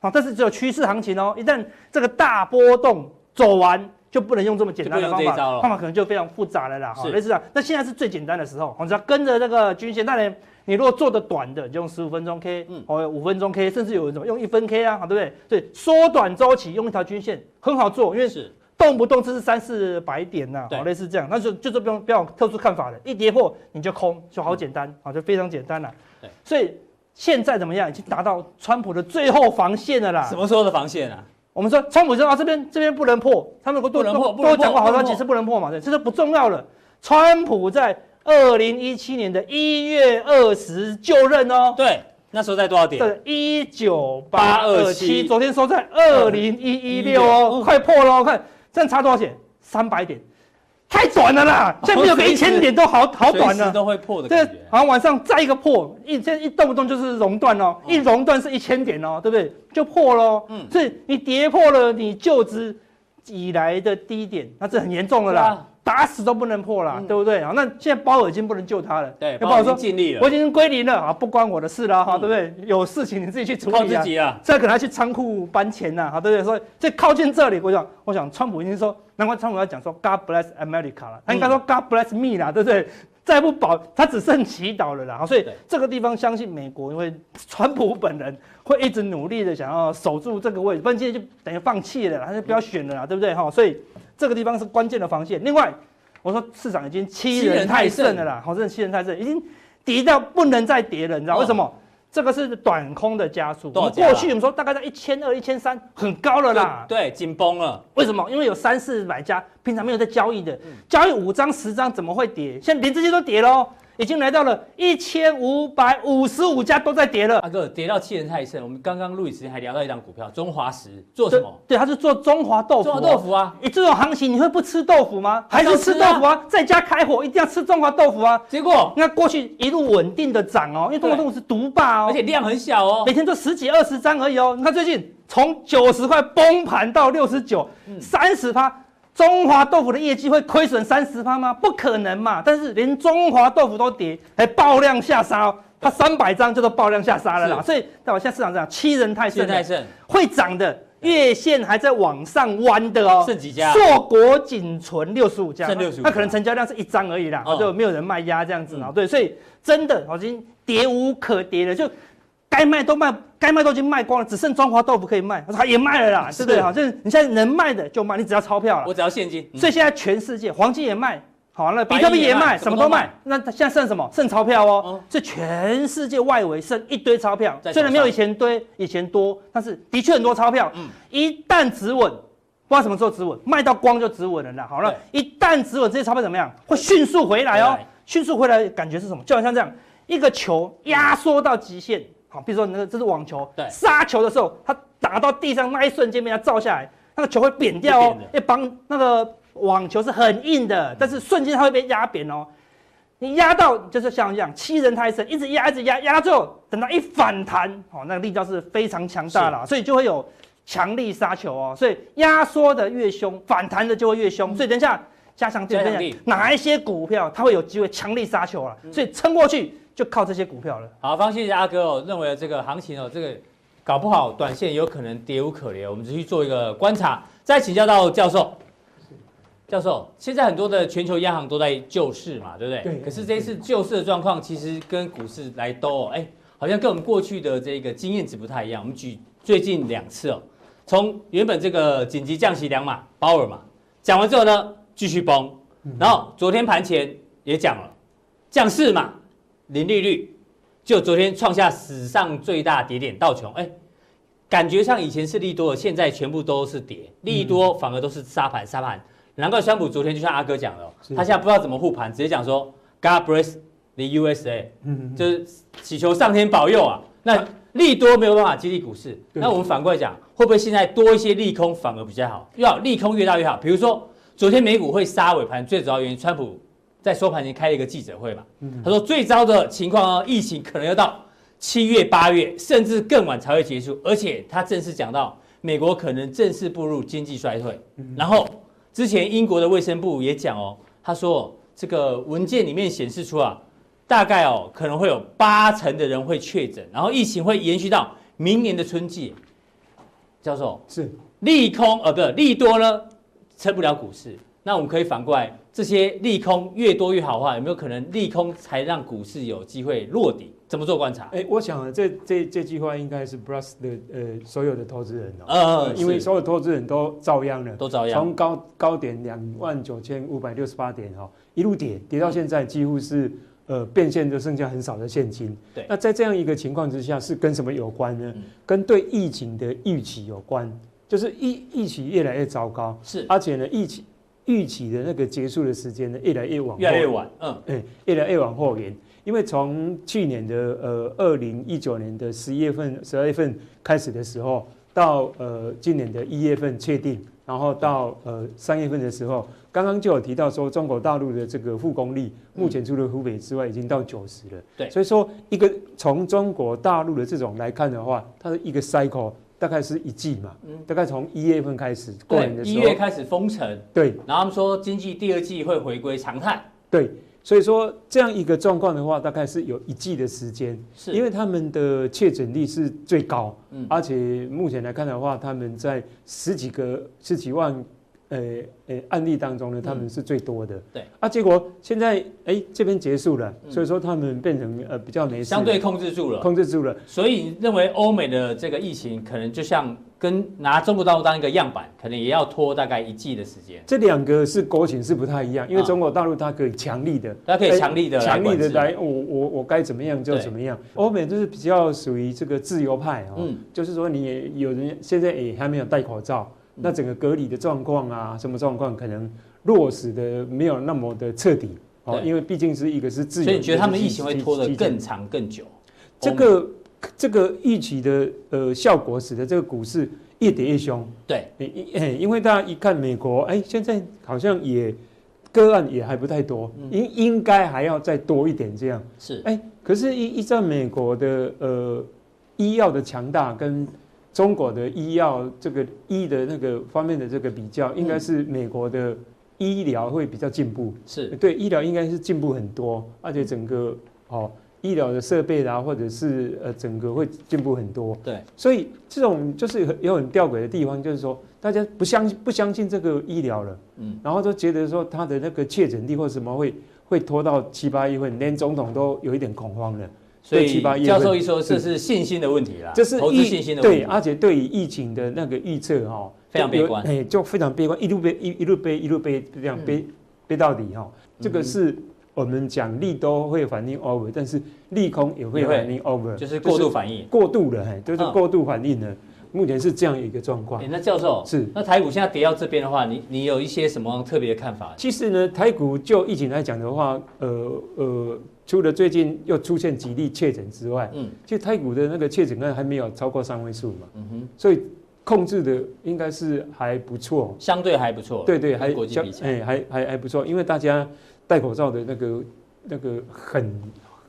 Speaker 5: 好、但是只有趋势行情哦，一旦这个大波动走完，就不能用这么简单的
Speaker 4: 就不能
Speaker 5: 方
Speaker 4: 用这一招
Speaker 5: 法
Speaker 4: 了，
Speaker 5: 方法可能就非常复杂了啦。哈
Speaker 4: 是，
Speaker 5: 类似这样。那现在是最简单的时候，哦我只要跟着这个均线，当然你如果做的短的，你就用十五分钟 K，
Speaker 4: 嗯
Speaker 5: 嗯，哦，五分钟 K，甚至有人什么用一分 K 啊，好对不对？所以缩短周期用一条均线很好做，因为
Speaker 4: 是
Speaker 5: 动不动这是三四百点呐、
Speaker 4: 对
Speaker 5: 好、类似这样，那就就是不用不要有特殊看法的，一跌破你就空，就好简单，哦好、就非常简单了、
Speaker 4: 嗯对
Speaker 5: 所以现在怎么样，已经达到川普的最后防线了啦
Speaker 4: 什。么时候的防线啊？
Speaker 5: 我们说川普说啊，这边这边不能破，他们
Speaker 4: 不
Speaker 5: 多
Speaker 4: 能
Speaker 5: 多
Speaker 4: 破不能
Speaker 5: 多
Speaker 4: 破
Speaker 5: 讲过好
Speaker 4: 不能
Speaker 5: 多
Speaker 4: 破
Speaker 5: 几次不能破嘛，对，这都不重要了。川普在二零一七年的一月二十就任哦，
Speaker 4: 对，那时候在多少点？
Speaker 5: 对，一九八二七，昨天收在二零一一六
Speaker 4: 嗯
Speaker 5: 哦，快破喽！看这样差多少钱？三百点，太短了啦！现在没有个
Speaker 4: 随
Speaker 5: 一
Speaker 4: 时
Speaker 5: 千点都好好短啊
Speaker 4: 随时
Speaker 5: 了。
Speaker 4: 都会破的
Speaker 5: 这
Speaker 4: 感觉。
Speaker 5: 好像晚上再一个破，一这一动不动就是熔断哦，一熔断是一千点哦，对不对？就破喽。
Speaker 4: 嗯
Speaker 5: 所以你跌破了你就值以来的低点，那这很严重了
Speaker 4: 对
Speaker 5: 啦
Speaker 4: 啊，
Speaker 5: 打死都不能破啦
Speaker 4: 嗯，
Speaker 5: 对不对？好，那现在鲍尔已经不能救他了，
Speaker 4: 对，
Speaker 5: 要
Speaker 4: 帮我
Speaker 5: 尔
Speaker 4: 已经
Speaker 5: 说
Speaker 4: 尽力
Speaker 5: 我
Speaker 4: 了
Speaker 5: 已，经归零了啊，不关我的事了哈，
Speaker 4: 嗯
Speaker 5: 对不对？有事情你自己去处
Speaker 4: 靠
Speaker 5: 理
Speaker 4: 自
Speaker 5: 啊。
Speaker 4: 己啊。
Speaker 5: 这可能要去仓库搬钱呐、啊，好对不对？所以这靠近这里，我想，我想川普已经说，难怪川普要讲说 God bless America 了，他应
Speaker 4: 嗯
Speaker 5: 该说 God bless me 啦，对不对？再不保，他只剩祈祷了啦。好所以
Speaker 4: 对
Speaker 5: 这个地方，相信美国会，川普本人会一直努力的想要守住这个位置，不然现在就等于放弃了啦，他就不要选
Speaker 4: 嗯
Speaker 5: 了啦，对不对？哈，所以这个地方是关键的防线。另外，我说市场已
Speaker 4: 哦
Speaker 5: 经七人太盛了啦，好，真的七人太盛，已经跌到不能再跌了，你知道为什么？这个是短空的加速。
Speaker 4: 多
Speaker 5: 我
Speaker 4: 少
Speaker 5: 们
Speaker 4: 家啊
Speaker 5: 过去我们说大概在一千二、一千三，很高了啦。
Speaker 4: 对，紧绷了，
Speaker 5: 为什么？因为有三四百家平常没有在交易的，
Speaker 4: 嗯
Speaker 5: 交易五张十张怎么会跌？现在连这些都跌喽，已经来到了一千五百五十五家都在跌了。
Speaker 4: 阿哥跌到气人太甚。我们刚刚录影时间还聊到一档股票，中华石做什么？
Speaker 5: 对，他是做中华豆腐、哦
Speaker 4: 中华豆。腐啊，
Speaker 5: 你这种行情，你会不吃豆腐吗？还是
Speaker 4: 要
Speaker 5: 吃
Speaker 4: 吃
Speaker 5: 豆
Speaker 4: 啊
Speaker 5: 腐啊？在家开火一定要吃中华豆腐啊！
Speaker 4: 结果
Speaker 5: 那过去一路稳定的涨哦，因为中国
Speaker 4: 对
Speaker 5: 豆腐是独霸哦，
Speaker 4: 而且量很小哦
Speaker 5: 每，天就十几二十张而已哦。你看最近从九十块崩盘到六十九，
Speaker 4: 嗯
Speaker 5: 三十趴，中华豆腐的业绩会亏损三十趴吗？不可能嘛！但是连中华豆腐都跌，还爆量下杀哦。它三百张就都爆量下杀了啦，
Speaker 4: 是
Speaker 5: 所以那我现在市场上欺人太
Speaker 4: 气
Speaker 5: 甚
Speaker 4: 人
Speaker 5: 了，
Speaker 4: 太甚。
Speaker 5: 会涨的月线还在往上弯的哦，
Speaker 4: 剩几家
Speaker 5: 硕果仅存六十五家，
Speaker 4: 剩65
Speaker 5: 那可能成交量是一张而已啦，
Speaker 4: 哦嗯
Speaker 5: 就没有人卖压这样子啊。对，所以真的哦已经跌无可跌了，就该卖都卖，该卖都已经卖光了，只剩中华豆腐可以卖，他也卖了啦，对
Speaker 4: 是
Speaker 5: 不对？好，就是你现在能卖的就卖，你只要钞票了
Speaker 4: 我。只要现金，嗯
Speaker 5: 所以现在全世界黄金也卖，好了，比特
Speaker 4: 白
Speaker 5: 币
Speaker 4: 银也
Speaker 5: 也
Speaker 4: 卖
Speaker 5: 卖，
Speaker 4: 什
Speaker 5: 什
Speaker 4: 么
Speaker 5: 么
Speaker 4: 都
Speaker 5: 都
Speaker 4: 卖
Speaker 5: 卖。那它现在剩什么？剩钞票
Speaker 4: 哦
Speaker 5: 哦。所以全世界外围剩一堆钞票
Speaker 4: 在，手
Speaker 5: 虽然没有
Speaker 4: 上
Speaker 5: 以前堆以前多，但是的确很多钞票。
Speaker 4: 嗯
Speaker 5: 一旦止稳，不知道什么时候止稳，卖到光就止稳了啦。好了，一旦止稳，这些钞票怎么样？会迅速回来
Speaker 4: 回
Speaker 5: 哦
Speaker 4: 来。
Speaker 5: 迅速回来，感觉是什么？就好像这样，一个球压缩到极限。好，比如说你那个这是网球
Speaker 4: 对，
Speaker 5: 杀球的时候，它打到地上那一瞬间被它照下来，那个球会扁掉哦
Speaker 4: 会扁的。
Speaker 5: 因为帮那个网球是很硬的，但是瞬间它会被压扁哦。你压到就是像这样七人抬升，一直压一直压，压到最后等到一反弹，哦，那个力道是非常强大啦，所以就会有强力杀球哦。所以压缩的越凶，反弹的就会越凶。所以等一下加强
Speaker 4: 加
Speaker 5: 定
Speaker 4: 强
Speaker 5: 等一
Speaker 4: 力
Speaker 5: 下哪一些股票它会有机会强力杀球啊？所以撑过去就靠这些股票了。
Speaker 4: 好，方谢谢阿哥哦，认为这个行情哦，这个搞不好短线有可能跌无可跌，我们只去做一个观察。再请教到教授，教授，现在很多的全球央行都在救市嘛，对不对？
Speaker 5: 对
Speaker 4: 可是这一次救市的状况，其实跟股市来兜哦，哎，好像跟我们过去的这个经验值不太一样。我们举最近两次哦，从原本这个紧急降息两码，鲍尔嘛，讲完之后呢，继续崩，
Speaker 1: 嗯
Speaker 4: 然后昨天盘前也讲了，降四码，零利率。就昨天创下史上最大跌点，道琼，哎、感觉上以前是利多的，现在全部都是跌，利多反而都是杀盘，杀盘。难怪川普昨天就像阿哥讲的哦，他现在不知道怎么护盘，直接讲说 God bless the USA，嗯，就是祈求上天保佑啊。那利多没有办法激励股市，那我们反过来讲，会不会现在多一些利空反而比较好？要利空越大越好。比如说昨天美股会杀尾盘，最主要原因川普在收盘前开了一个记者会嘛，他说最糟的情况啊呢，疫情可能要到七月、八月，甚至更晚才会结束。而且他正式讲到，美国可能正式步入经济衰退。然后之前英国的卫生部也讲哦，他说这个文件里面显示出啊，大概哦可能会有八成的人会确诊，然后疫情会延续到明年的春季。教授
Speaker 6: 是
Speaker 4: 利空呃，不是利多呢，撑不了股市。那我们可以反过来，这些利空越多越好的话，有没有可能利空才让股市有机会落底？怎么做观察？
Speaker 6: 哎、我想这这这句话应该是 Bruce 的呃所有的投资人哦、
Speaker 4: 呃，
Speaker 6: 因为
Speaker 4: 是
Speaker 6: 所有投资人都遭殃了，
Speaker 4: 都遭殃，
Speaker 6: 从高高点两万九千五百六十八点哈、哦一路跌跌到现在几乎是呃变现就剩下很少的现金。
Speaker 4: 对
Speaker 6: 那在这样一个情况之下，是跟什么有关呢？
Speaker 4: 嗯
Speaker 6: 跟对疫情的预期有关，就是疫疫情越来越糟糕，
Speaker 4: 是
Speaker 6: 而且呢疫情预期的那个结束的时间呢越来越往后
Speaker 4: 越来越晚，嗯，
Speaker 6: 哎，越来越往后延，因为从去年的呃二零一九年的十一月份、十二月份开始的时候，到呃今年的一月份确定，然后到呃三月份的时候，刚刚就有提到说中国大陆的这个复工率，目前除了湖北之外，已经到九十了。
Speaker 4: 嗯对
Speaker 6: 所以说一个从中国大陆的这种来看的话，它的一个 cycle 大概是一季嘛，大概从一月份开始过年
Speaker 4: 嗯对，
Speaker 6: 的
Speaker 4: 一
Speaker 6: 时
Speaker 4: 月
Speaker 6: 候，
Speaker 4: 开始封城，
Speaker 6: 对，
Speaker 4: 然后他们说经济第二季会回归常态，
Speaker 6: 对，所以说这样一个状况的话，大概是有一季的时间，
Speaker 4: 是
Speaker 6: 因为他们的确诊率是最高，
Speaker 4: 嗯
Speaker 6: 而且目前来看的话，他们在十几个十几万呃呃案例当中呢，他们是最多的。
Speaker 4: 嗯对
Speaker 6: 啊，结果现在哎这边结束了，
Speaker 4: 嗯
Speaker 6: 所以说他们变成呃比较没事
Speaker 4: 相对控制住了。
Speaker 6: 控制住了。
Speaker 4: 所以你认为欧美的这个疫情可能就像跟拿中国大陆当一个样板，可能也要拖大概一季的时间，
Speaker 6: 这两个是国情是不太一样，因为
Speaker 4: 啊
Speaker 6: 中国大陆它可以强力的，
Speaker 4: 大家可以强力的
Speaker 6: 哎强力的
Speaker 4: 来管制，
Speaker 6: 来，我我我该怎么样就
Speaker 4: 对
Speaker 6: 怎么样。欧美就是比较属于这个自由派哦，
Speaker 4: 嗯
Speaker 6: 就是说你也有人现在也还没有戴口罩，
Speaker 4: 嗯
Speaker 6: 那整个隔离的状况啊，什么状况可能落实的没有那么的彻底哦，
Speaker 4: 对
Speaker 6: 因为毕竟是一个是自由，
Speaker 4: 所以你觉得他们
Speaker 6: 一
Speaker 4: 疫
Speaker 6: 个是
Speaker 4: 情
Speaker 6: 集
Speaker 4: 会
Speaker 6: 体
Speaker 4: 拖得
Speaker 6: 集体
Speaker 4: 更长更久？
Speaker 6: 这个这个预期的呃效果，使得这个股市越跌越凶。
Speaker 4: 对
Speaker 6: 诶，因诶因为大家一看美国，哎，现在好像也个案也还不太多，
Speaker 4: 嗯
Speaker 6: 应应该还要再多一点这样。
Speaker 4: 是
Speaker 6: 哎，可是依依照美国的呃医药的强大跟中国的医药这个医的那个方面的这个比较，应该是美国的医疗会比较进步。
Speaker 4: 是，
Speaker 6: 对医疗应该是进步很多，而且整个哦医疗的设备啦、或者是呃整个会进步很多。
Speaker 4: 对，
Speaker 6: 所以这种就是很有很吊诡的地方，就是说大家不相信不相信这个医疗了，
Speaker 4: 嗯，
Speaker 6: 然后都觉得说他的那个确诊率或什么会会拖到七八月份，连总统都有一点恐慌了。
Speaker 4: 所
Speaker 6: 对七
Speaker 4: 以
Speaker 6: 八月份
Speaker 4: 教授一说这是信心的问题啦，
Speaker 6: 这是
Speaker 4: 啊投资
Speaker 6: 疫
Speaker 4: 信心的问
Speaker 6: 对，啊
Speaker 4: 题，
Speaker 6: 而且对于疫情的那个预测哈，
Speaker 4: 非常
Speaker 6: 就有
Speaker 4: 悲观
Speaker 6: 哎，就非常悲观，一路悲一一路悲一路悲这样悲、悲到底
Speaker 4: 嗯
Speaker 6: 哈。这个是我们讲利多会反应 over，但是利空也会
Speaker 4: 也会
Speaker 6: 反应 over，
Speaker 4: 就是过度反应。
Speaker 6: 过度了，嘿，就是
Speaker 4: 嗯
Speaker 6: 过度反应了。目前是这样一个状况
Speaker 4: 哎，。那教授
Speaker 6: 是
Speaker 4: 那台股现在跌到这边的话，你你有一些什么特别的看法？
Speaker 6: 其实呢，台股就疫情来讲的话，呃呃，除了最近又出现几例确诊之外，
Speaker 4: 嗯
Speaker 6: 其实台股的那个确诊案还没有超过三位数嘛，
Speaker 4: 嗯哼，
Speaker 6: 所以控制的应该是还不错。
Speaker 4: 相对还不错，
Speaker 6: 对对，
Speaker 4: 跟
Speaker 6: 还
Speaker 4: 国际
Speaker 6: 较
Speaker 4: 比起来，
Speaker 6: 哎，还还还不错，因为大家戴口罩的那个那个很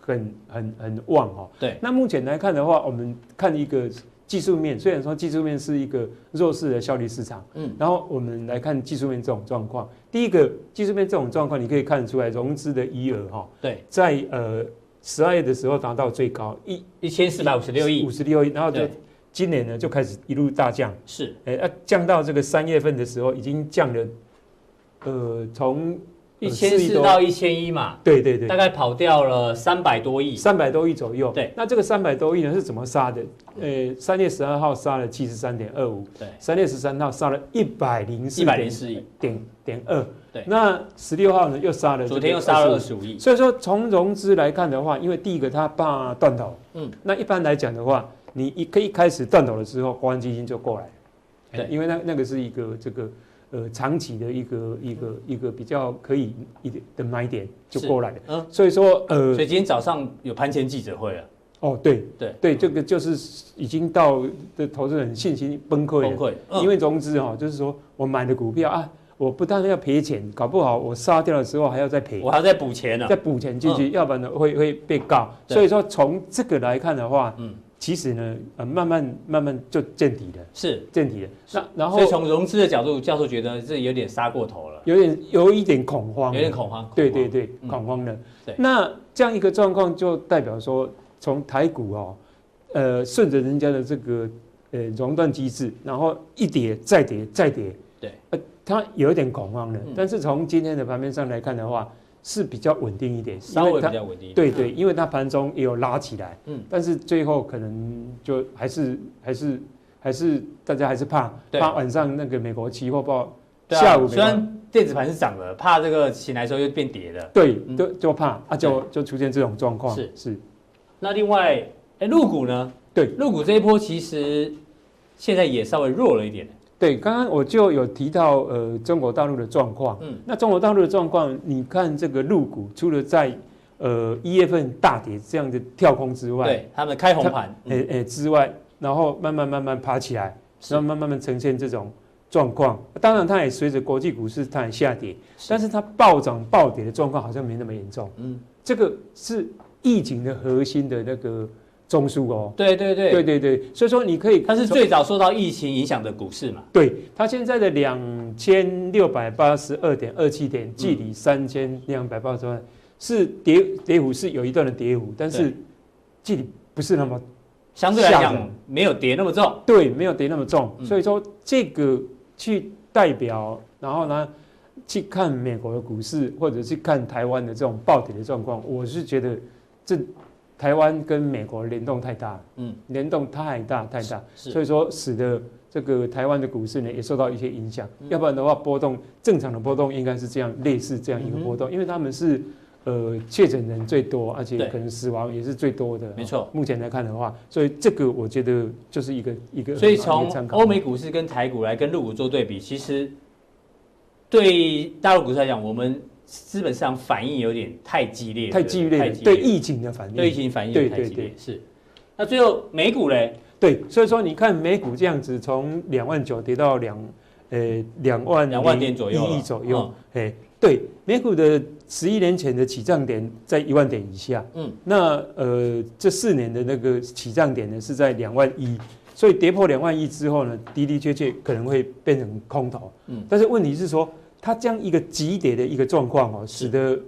Speaker 6: 很很很旺哦。
Speaker 4: 对，
Speaker 6: 那目前来看的话，我们看一个技术面，虽然说技术面是一个弱势的效率市场，
Speaker 4: 嗯，
Speaker 6: 然后我们来看技术面这种状况。第一个技术面这种状况，你可以看得出来融资的余额哈、
Speaker 4: 对，
Speaker 6: 在呃十二月的时候达到最高一
Speaker 4: 一千四百五十六亿
Speaker 6: 五十六亿，然后就
Speaker 4: 对
Speaker 6: 今年呢就开始一路大降。
Speaker 4: 是
Speaker 6: 哎、啊降到这个三月份的时候，已经降了，呃，从
Speaker 4: 一千四到一千一嘛，
Speaker 6: 对对对
Speaker 4: 大，概跑掉了三百多亿，
Speaker 6: 三百多亿左右。
Speaker 4: 对，
Speaker 6: 那这个三百多亿呢是怎么杀的？呃，三月十二号杀了七十三点二五，
Speaker 4: 对，
Speaker 6: 三月十三号杀了一百零四
Speaker 4: 104亿
Speaker 6: 点点二，
Speaker 4: 对
Speaker 6: 那十六号呢又杀了这
Speaker 4: 昨
Speaker 6: 个25，
Speaker 4: 天又杀了二十五亿，
Speaker 6: 所以说，从融资来看的话，因为第一个它怕断头，
Speaker 4: 嗯
Speaker 6: 嗯，那一般来讲的话，你一可以开始断头的时候，国安基金就过来，
Speaker 4: 对
Speaker 6: 因为那那个是一个这个呃长期的一个一个一个比较可以一点的买点就过来了，
Speaker 4: 嗯，
Speaker 6: 所以说呃
Speaker 4: 所以今天早上有盘前记者会了，
Speaker 6: 哦对
Speaker 4: 对
Speaker 6: 对，这个就是已经到的投资人信心崩溃了，
Speaker 4: 崩溃，嗯
Speaker 6: 因为融资哈、哦，就是说我买的股票啊，我不但要赔钱，搞不好我杀掉的时候还要再赔
Speaker 4: 我。还要再补钱呢
Speaker 6: 再，补钱进去，要不然呢会会被告。
Speaker 4: 啊嗯对
Speaker 6: 所以说从这个来看的话，
Speaker 4: 嗯
Speaker 6: 其实呢，呃，慢慢慢慢就见底了，
Speaker 4: 是，
Speaker 6: 见底了。那然后
Speaker 4: 所以从融资的角度，教授觉得这有点杀过头了，
Speaker 6: 有点有一点恐慌，
Speaker 4: 有点恐慌，
Speaker 6: 对
Speaker 4: 恐
Speaker 6: 对
Speaker 4: 慌，
Speaker 6: 对，
Speaker 4: 嗯
Speaker 6: 恐慌了。
Speaker 4: 对
Speaker 6: 那这样一个状况就代表说，从台股哦，呃，顺着人家的这个呃熔断机制，然后一跌再跌再跌，
Speaker 4: 对，
Speaker 6: 呃，它有一点恐慌了。
Speaker 4: 嗯
Speaker 6: 但是从今天的盘面上来看的话，是比较稳定一点，因
Speaker 4: 稍
Speaker 6: 为
Speaker 4: 微
Speaker 6: 它
Speaker 4: 比较稳定，
Speaker 6: 对对，因为它盘中也有拉起来，
Speaker 4: 嗯
Speaker 6: 嗯，但是最后可能就还是还是还是大家还是怕
Speaker 4: 对
Speaker 6: 怕晚上那个美国期货报
Speaker 4: 对啊
Speaker 6: 下午美
Speaker 4: 虽
Speaker 6: 国
Speaker 4: 然电子盘是涨了，怕这个醒来的时候又变跌了。
Speaker 6: 对
Speaker 4: 嗯
Speaker 6: 就就怕啊就就出现这种状况
Speaker 4: 是
Speaker 6: 是
Speaker 4: 那另外，哎，入股呢？
Speaker 6: 对
Speaker 4: 入股这一波其实现在也稍微弱了一点，
Speaker 6: 对，刚刚我就有提到呃中国大陆的状况，
Speaker 4: 嗯
Speaker 6: 嗯，那中国大陆的状况，你看这个入股除了在呃一月份大跌这样的跳空之外，哎
Speaker 4: 对，他们开红盘，嗯
Speaker 6: 诶诶之外，然后慢慢慢慢爬起来，
Speaker 4: 是
Speaker 6: 然后慢慢慢呈现这种状况。当然，它也随着国际股市它也下跌，但是它暴涨暴跌的状况好像没那么严重。
Speaker 4: 嗯，
Speaker 6: 这个是疫情的核心的那个中枢哦。
Speaker 4: 对对对
Speaker 6: 对，对对，所以说你可以，
Speaker 4: 它是最早受到疫情影响的股市嘛，
Speaker 6: 对它现在的两千六百八十二点二七
Speaker 4: 嗯
Speaker 6: 点，距离三千两百八十万是跌跌幅是有一段的跌幅，但是
Speaker 4: 对
Speaker 6: 距离不是那么
Speaker 4: 相对来
Speaker 6: 吓
Speaker 4: 讲
Speaker 6: 人
Speaker 4: 没有跌那么重。
Speaker 6: 对，没有跌那么重，
Speaker 4: 嗯
Speaker 6: 所以说这个去代表，然后呢去看美国的股市，或者去看台湾的这种暴跌的状况，我是觉得这台湾跟美国联动太大，
Speaker 4: 嗯，
Speaker 6: 联动太大太大，
Speaker 4: 是
Speaker 6: 所以说使得这个台湾的股市呢也受到一些影响，
Speaker 4: 嗯
Speaker 6: 要不然的话波动正常的波动应该是这样类似这样一个波动，因为他们是呃确诊人最多，而且
Speaker 4: 嗯对
Speaker 6: 可能死亡也是最多的，
Speaker 4: 没错
Speaker 6: 目前来看的话，所以这个我觉得就是一个一个
Speaker 4: 所以
Speaker 6: 很好的
Speaker 4: 从
Speaker 6: 参考
Speaker 4: 欧美股市跟台股来跟陆股做对比，其实对大陆股市来讲，我们基本上反应有点太激烈了，
Speaker 6: 太激烈
Speaker 4: 太
Speaker 6: 了，对疫情的反应，
Speaker 4: 对疫情反应有点太
Speaker 6: 对对
Speaker 4: 激烈
Speaker 6: 对
Speaker 4: 是。那最后美股嘞，
Speaker 6: 对，所以说你看美股这样子，从两万九跌到两呃两万
Speaker 4: 2万点左右
Speaker 6: 一亿
Speaker 4: 了哦
Speaker 6: 左右，哎、对，美股的十一年前的起涨点在一万点以下，
Speaker 4: 嗯
Speaker 6: 嗯，那呃这四年的那个起涨点呢是在两万一。所以跌破两万一之后呢，的的确确可能会变成空头。
Speaker 4: 嗯
Speaker 6: 嗯，但是问题是说，它这样一个急跌的一个状况哦，使得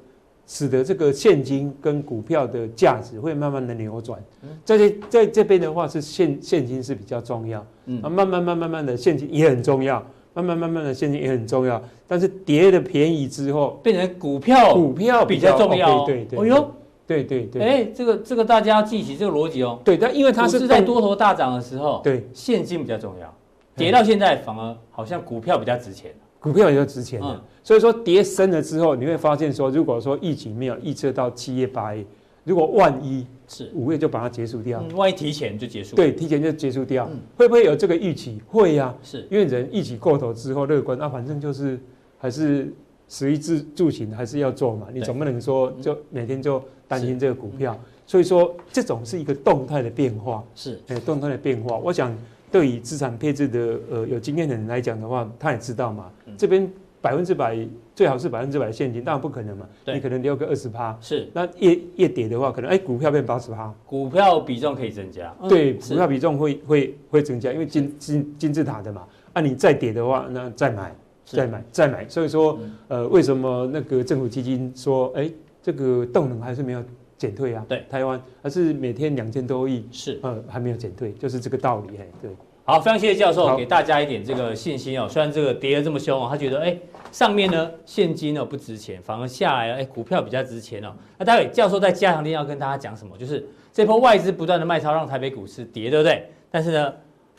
Speaker 6: 使得这个现金跟股票的价值会慢慢的扭转。在这在这边的话是现现金是比较重要，
Speaker 4: 嗯
Speaker 6: 啊，慢慢慢慢慢的现金也很重要，慢慢慢慢的现金也很重要，但是跌的便宜之后，
Speaker 4: 变成股票
Speaker 6: 股票
Speaker 4: 哦比较重要哦、
Speaker 6: 对对，
Speaker 4: 哦
Speaker 6: 对
Speaker 4: 哟，，
Speaker 6: 对对对，
Speaker 4: 哎，这个这个大家要记起这个逻辑哦。
Speaker 6: 对，但因为它
Speaker 4: 股
Speaker 6: 是
Speaker 4: 市在
Speaker 6: 动
Speaker 4: 多头大涨的时候，
Speaker 6: 对
Speaker 4: 现金比较重要，跌到现在反而好像股票比较值钱。
Speaker 6: 股票也就值钱
Speaker 4: 嗯
Speaker 6: 了，所以说跌深了之后，你会发现说，如果说疫情没有预测到七月八月，如果万一
Speaker 4: 是，
Speaker 6: 五月就把它结束掉，
Speaker 4: 嗯，万一提前就结束。，
Speaker 6: 对，提前就结束掉
Speaker 4: 嗯，
Speaker 6: 会不会有这个预期？会啊呀，
Speaker 4: 是，
Speaker 6: 因为人一起过头之后乐观，那、啊反正就是还是食衣住住行还是要做嘛，你
Speaker 4: 对
Speaker 6: 总不能说就每天就担心这个股票，所以说这种是一个动态的变化，
Speaker 4: 是，
Speaker 6: 哎、动态的变化，我想对于资产配置的呃有经验的人来讲的话，他也知道嘛，
Speaker 4: 嗯
Speaker 6: 这边百分之百最好是百分之百的现金，当然不可能嘛，
Speaker 4: 对
Speaker 6: 你可能留个二十趴。
Speaker 4: 是，
Speaker 6: 那越越跌的话，可能哎、股票变八十趴，
Speaker 4: 股票比重可以增加。嗯
Speaker 6: 对，
Speaker 4: 是
Speaker 6: 股票比重会会会增加，因为金金金字塔的嘛，啊，你再跌的话，那再买，
Speaker 4: 是嗯
Speaker 6: 再买，再买。所以说，呃，为什么那个政府基金说，哎，这个动能还是没有减退啊？
Speaker 4: 对
Speaker 6: 台湾还是每天两千多亿，
Speaker 4: 是。
Speaker 6: 呃，还没有减退，就是这个道理，哎，对。
Speaker 4: 好，非常谢谢教授
Speaker 6: 好
Speaker 4: 给大家一点这个信心哦。虽然这个跌得这么凶哦，他觉得哎上面呢现金哦不值钱，反而下来了哎股票比较值钱哦。那待会教授在加强力要跟大家讲什么？就是这波外资不断的卖超让台北股市跌，对不对？但是呢，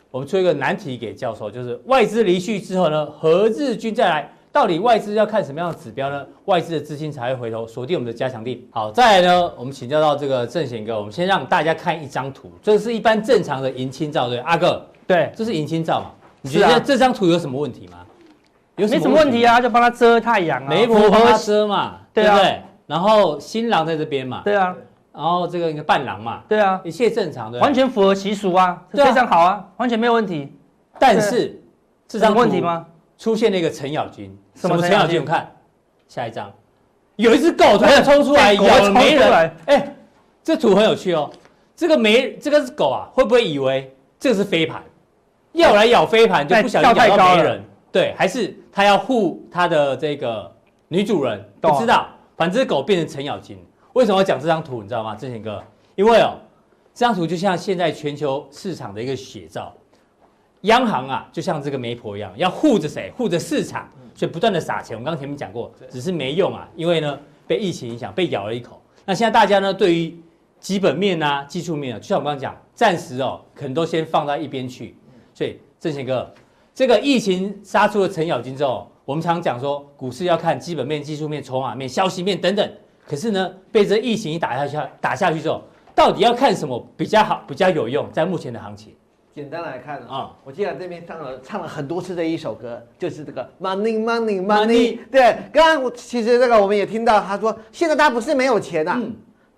Speaker 4: 我们出一个难题给教授，就是外资离去之后呢，何日均再来？到底外资要看什么样的指标呢？外资的资金才会回头锁定我们的加强力。好，再来呢，我们请教到这个郑贤哥，我们先让大家看一张图，这是一般正常的银青照，对不对阿哥。
Speaker 5: 对，
Speaker 4: 这是银青照嘛？你觉
Speaker 5: 是
Speaker 4: 得
Speaker 5: 啊
Speaker 4: 这张图有什么问题吗？有
Speaker 5: 没什么问题
Speaker 4: 啊？
Speaker 5: 啊，就帮他遮太阳啊，
Speaker 4: 媒
Speaker 5: 符
Speaker 4: 婆帮他
Speaker 5: 合
Speaker 4: 遮嘛，
Speaker 5: 对
Speaker 4: 不
Speaker 5: 啊
Speaker 4: 对？然后新郎在这边嘛，
Speaker 5: 对啊，
Speaker 4: 然后这个一个伴郎嘛，
Speaker 5: 对啊，
Speaker 4: 一切正常的。
Speaker 5: 完，全符合习俗啊，
Speaker 4: 对啊
Speaker 5: 非常好啊，完全没有问题。
Speaker 4: 但是这张
Speaker 5: 有
Speaker 4: 图
Speaker 5: 问题？吗？
Speaker 4: 出现了一个程咬金，
Speaker 5: 什么
Speaker 4: 程
Speaker 5: 程咬
Speaker 4: 咬金？
Speaker 5: 金
Speaker 4: 我们看下一张，有一只狗突然冲出来
Speaker 5: 哎狗
Speaker 4: 咬了媒
Speaker 5: 冲出
Speaker 4: 人
Speaker 5: 来，
Speaker 4: 哎，这图很有趣哦。这个媒这个狗啊，会不会以为这是飞盘，要来咬飞盘就
Speaker 5: 哎
Speaker 4: 不小心
Speaker 5: 跳太
Speaker 4: 咬到
Speaker 5: 高
Speaker 4: 媒
Speaker 5: 了
Speaker 4: 人？对，还是它要护它的这个女主人？
Speaker 5: 懂
Speaker 4: 不知道，反正这狗变成程咬金。为什么要讲这张图？你知道吗，志贤哥？因为哦，这张图就像现在全球市场的一个写照。央行啊，就像这个媒婆一样，要护着谁？护着市场，所以不断的撒钱。我们刚刚前面讲过，只是没用啊，因为呢被疫情影响，被咬了一口。那现在大家呢，对于基本面啊、技术面啊，就像我刚刚讲，暂时哦，可能都先放到一边去。所以郑贤哥，这个疫情杀出了程咬金之后，我们常讲说股市要看基本面、技术面、筹码面、消息面等等。可是呢，被这疫情一打下去，打下去之后，到底要看什么比较好、比较有用？在目前的行情
Speaker 7: 简单来看啊，
Speaker 4: 啊，
Speaker 7: 我记得这边唱了唱了很多次的一首歌，就是这个 money money
Speaker 4: Money
Speaker 7: money。对，刚刚我其实这个我们也听到他说，现在他不是没有钱呐、
Speaker 4: 嗯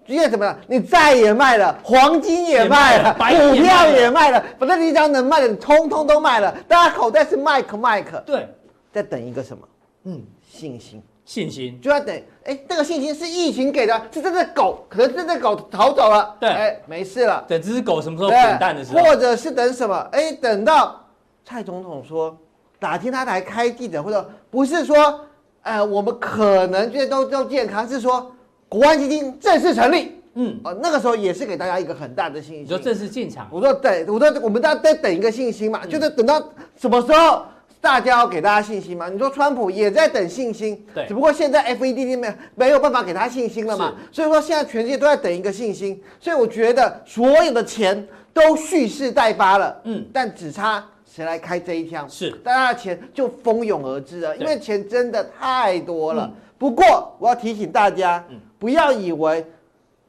Speaker 7: 因为什么呢？你债也卖了，黄金也卖了，
Speaker 4: 也卖了
Speaker 7: 股票
Speaker 4: 白银也
Speaker 7: 也卖了，反正你只要能卖的，你通通都卖了。大家口袋是麦克麦克，
Speaker 4: 对，
Speaker 7: 在等一个什么
Speaker 4: 嗯，
Speaker 7: 信心，
Speaker 4: 信心
Speaker 7: 就要等。哎，这个信心是疫情给的，是这只狗，可能这只狗逃走了，
Speaker 4: 对
Speaker 7: 哎，没事了。
Speaker 4: 等这只狗什么时候
Speaker 7: 对，
Speaker 4: 滚蛋的时候，
Speaker 7: 或者是等什么？哎，等到蔡总统说哪天他来开记者会的，不是说，呃，我们可能这都都健康，是说国安基金正式成立，
Speaker 4: 嗯，
Speaker 7: 哦，那个时候也是给大家一个很大的信
Speaker 4: 你说
Speaker 7: 心。
Speaker 4: 正式进场，嗯
Speaker 7: 我说等，我说我们大家在等一个信心嘛，就是等到什么时候大家要给大家信心嘛。你说川普也在等信心，
Speaker 4: 对
Speaker 7: 只不过现在 FED 没有没有办法给他信心了嘛，所以说现在全世界都在等一个信心，所以我觉得所有的钱都蓄势待发了，
Speaker 4: 嗯
Speaker 7: 嗯，但只差谁来开这一枪，
Speaker 4: 是
Speaker 7: 大家的钱就蜂拥而至了，
Speaker 4: 对嗯
Speaker 7: 因为钱真的太多了。不过我要提醒大家，不要以为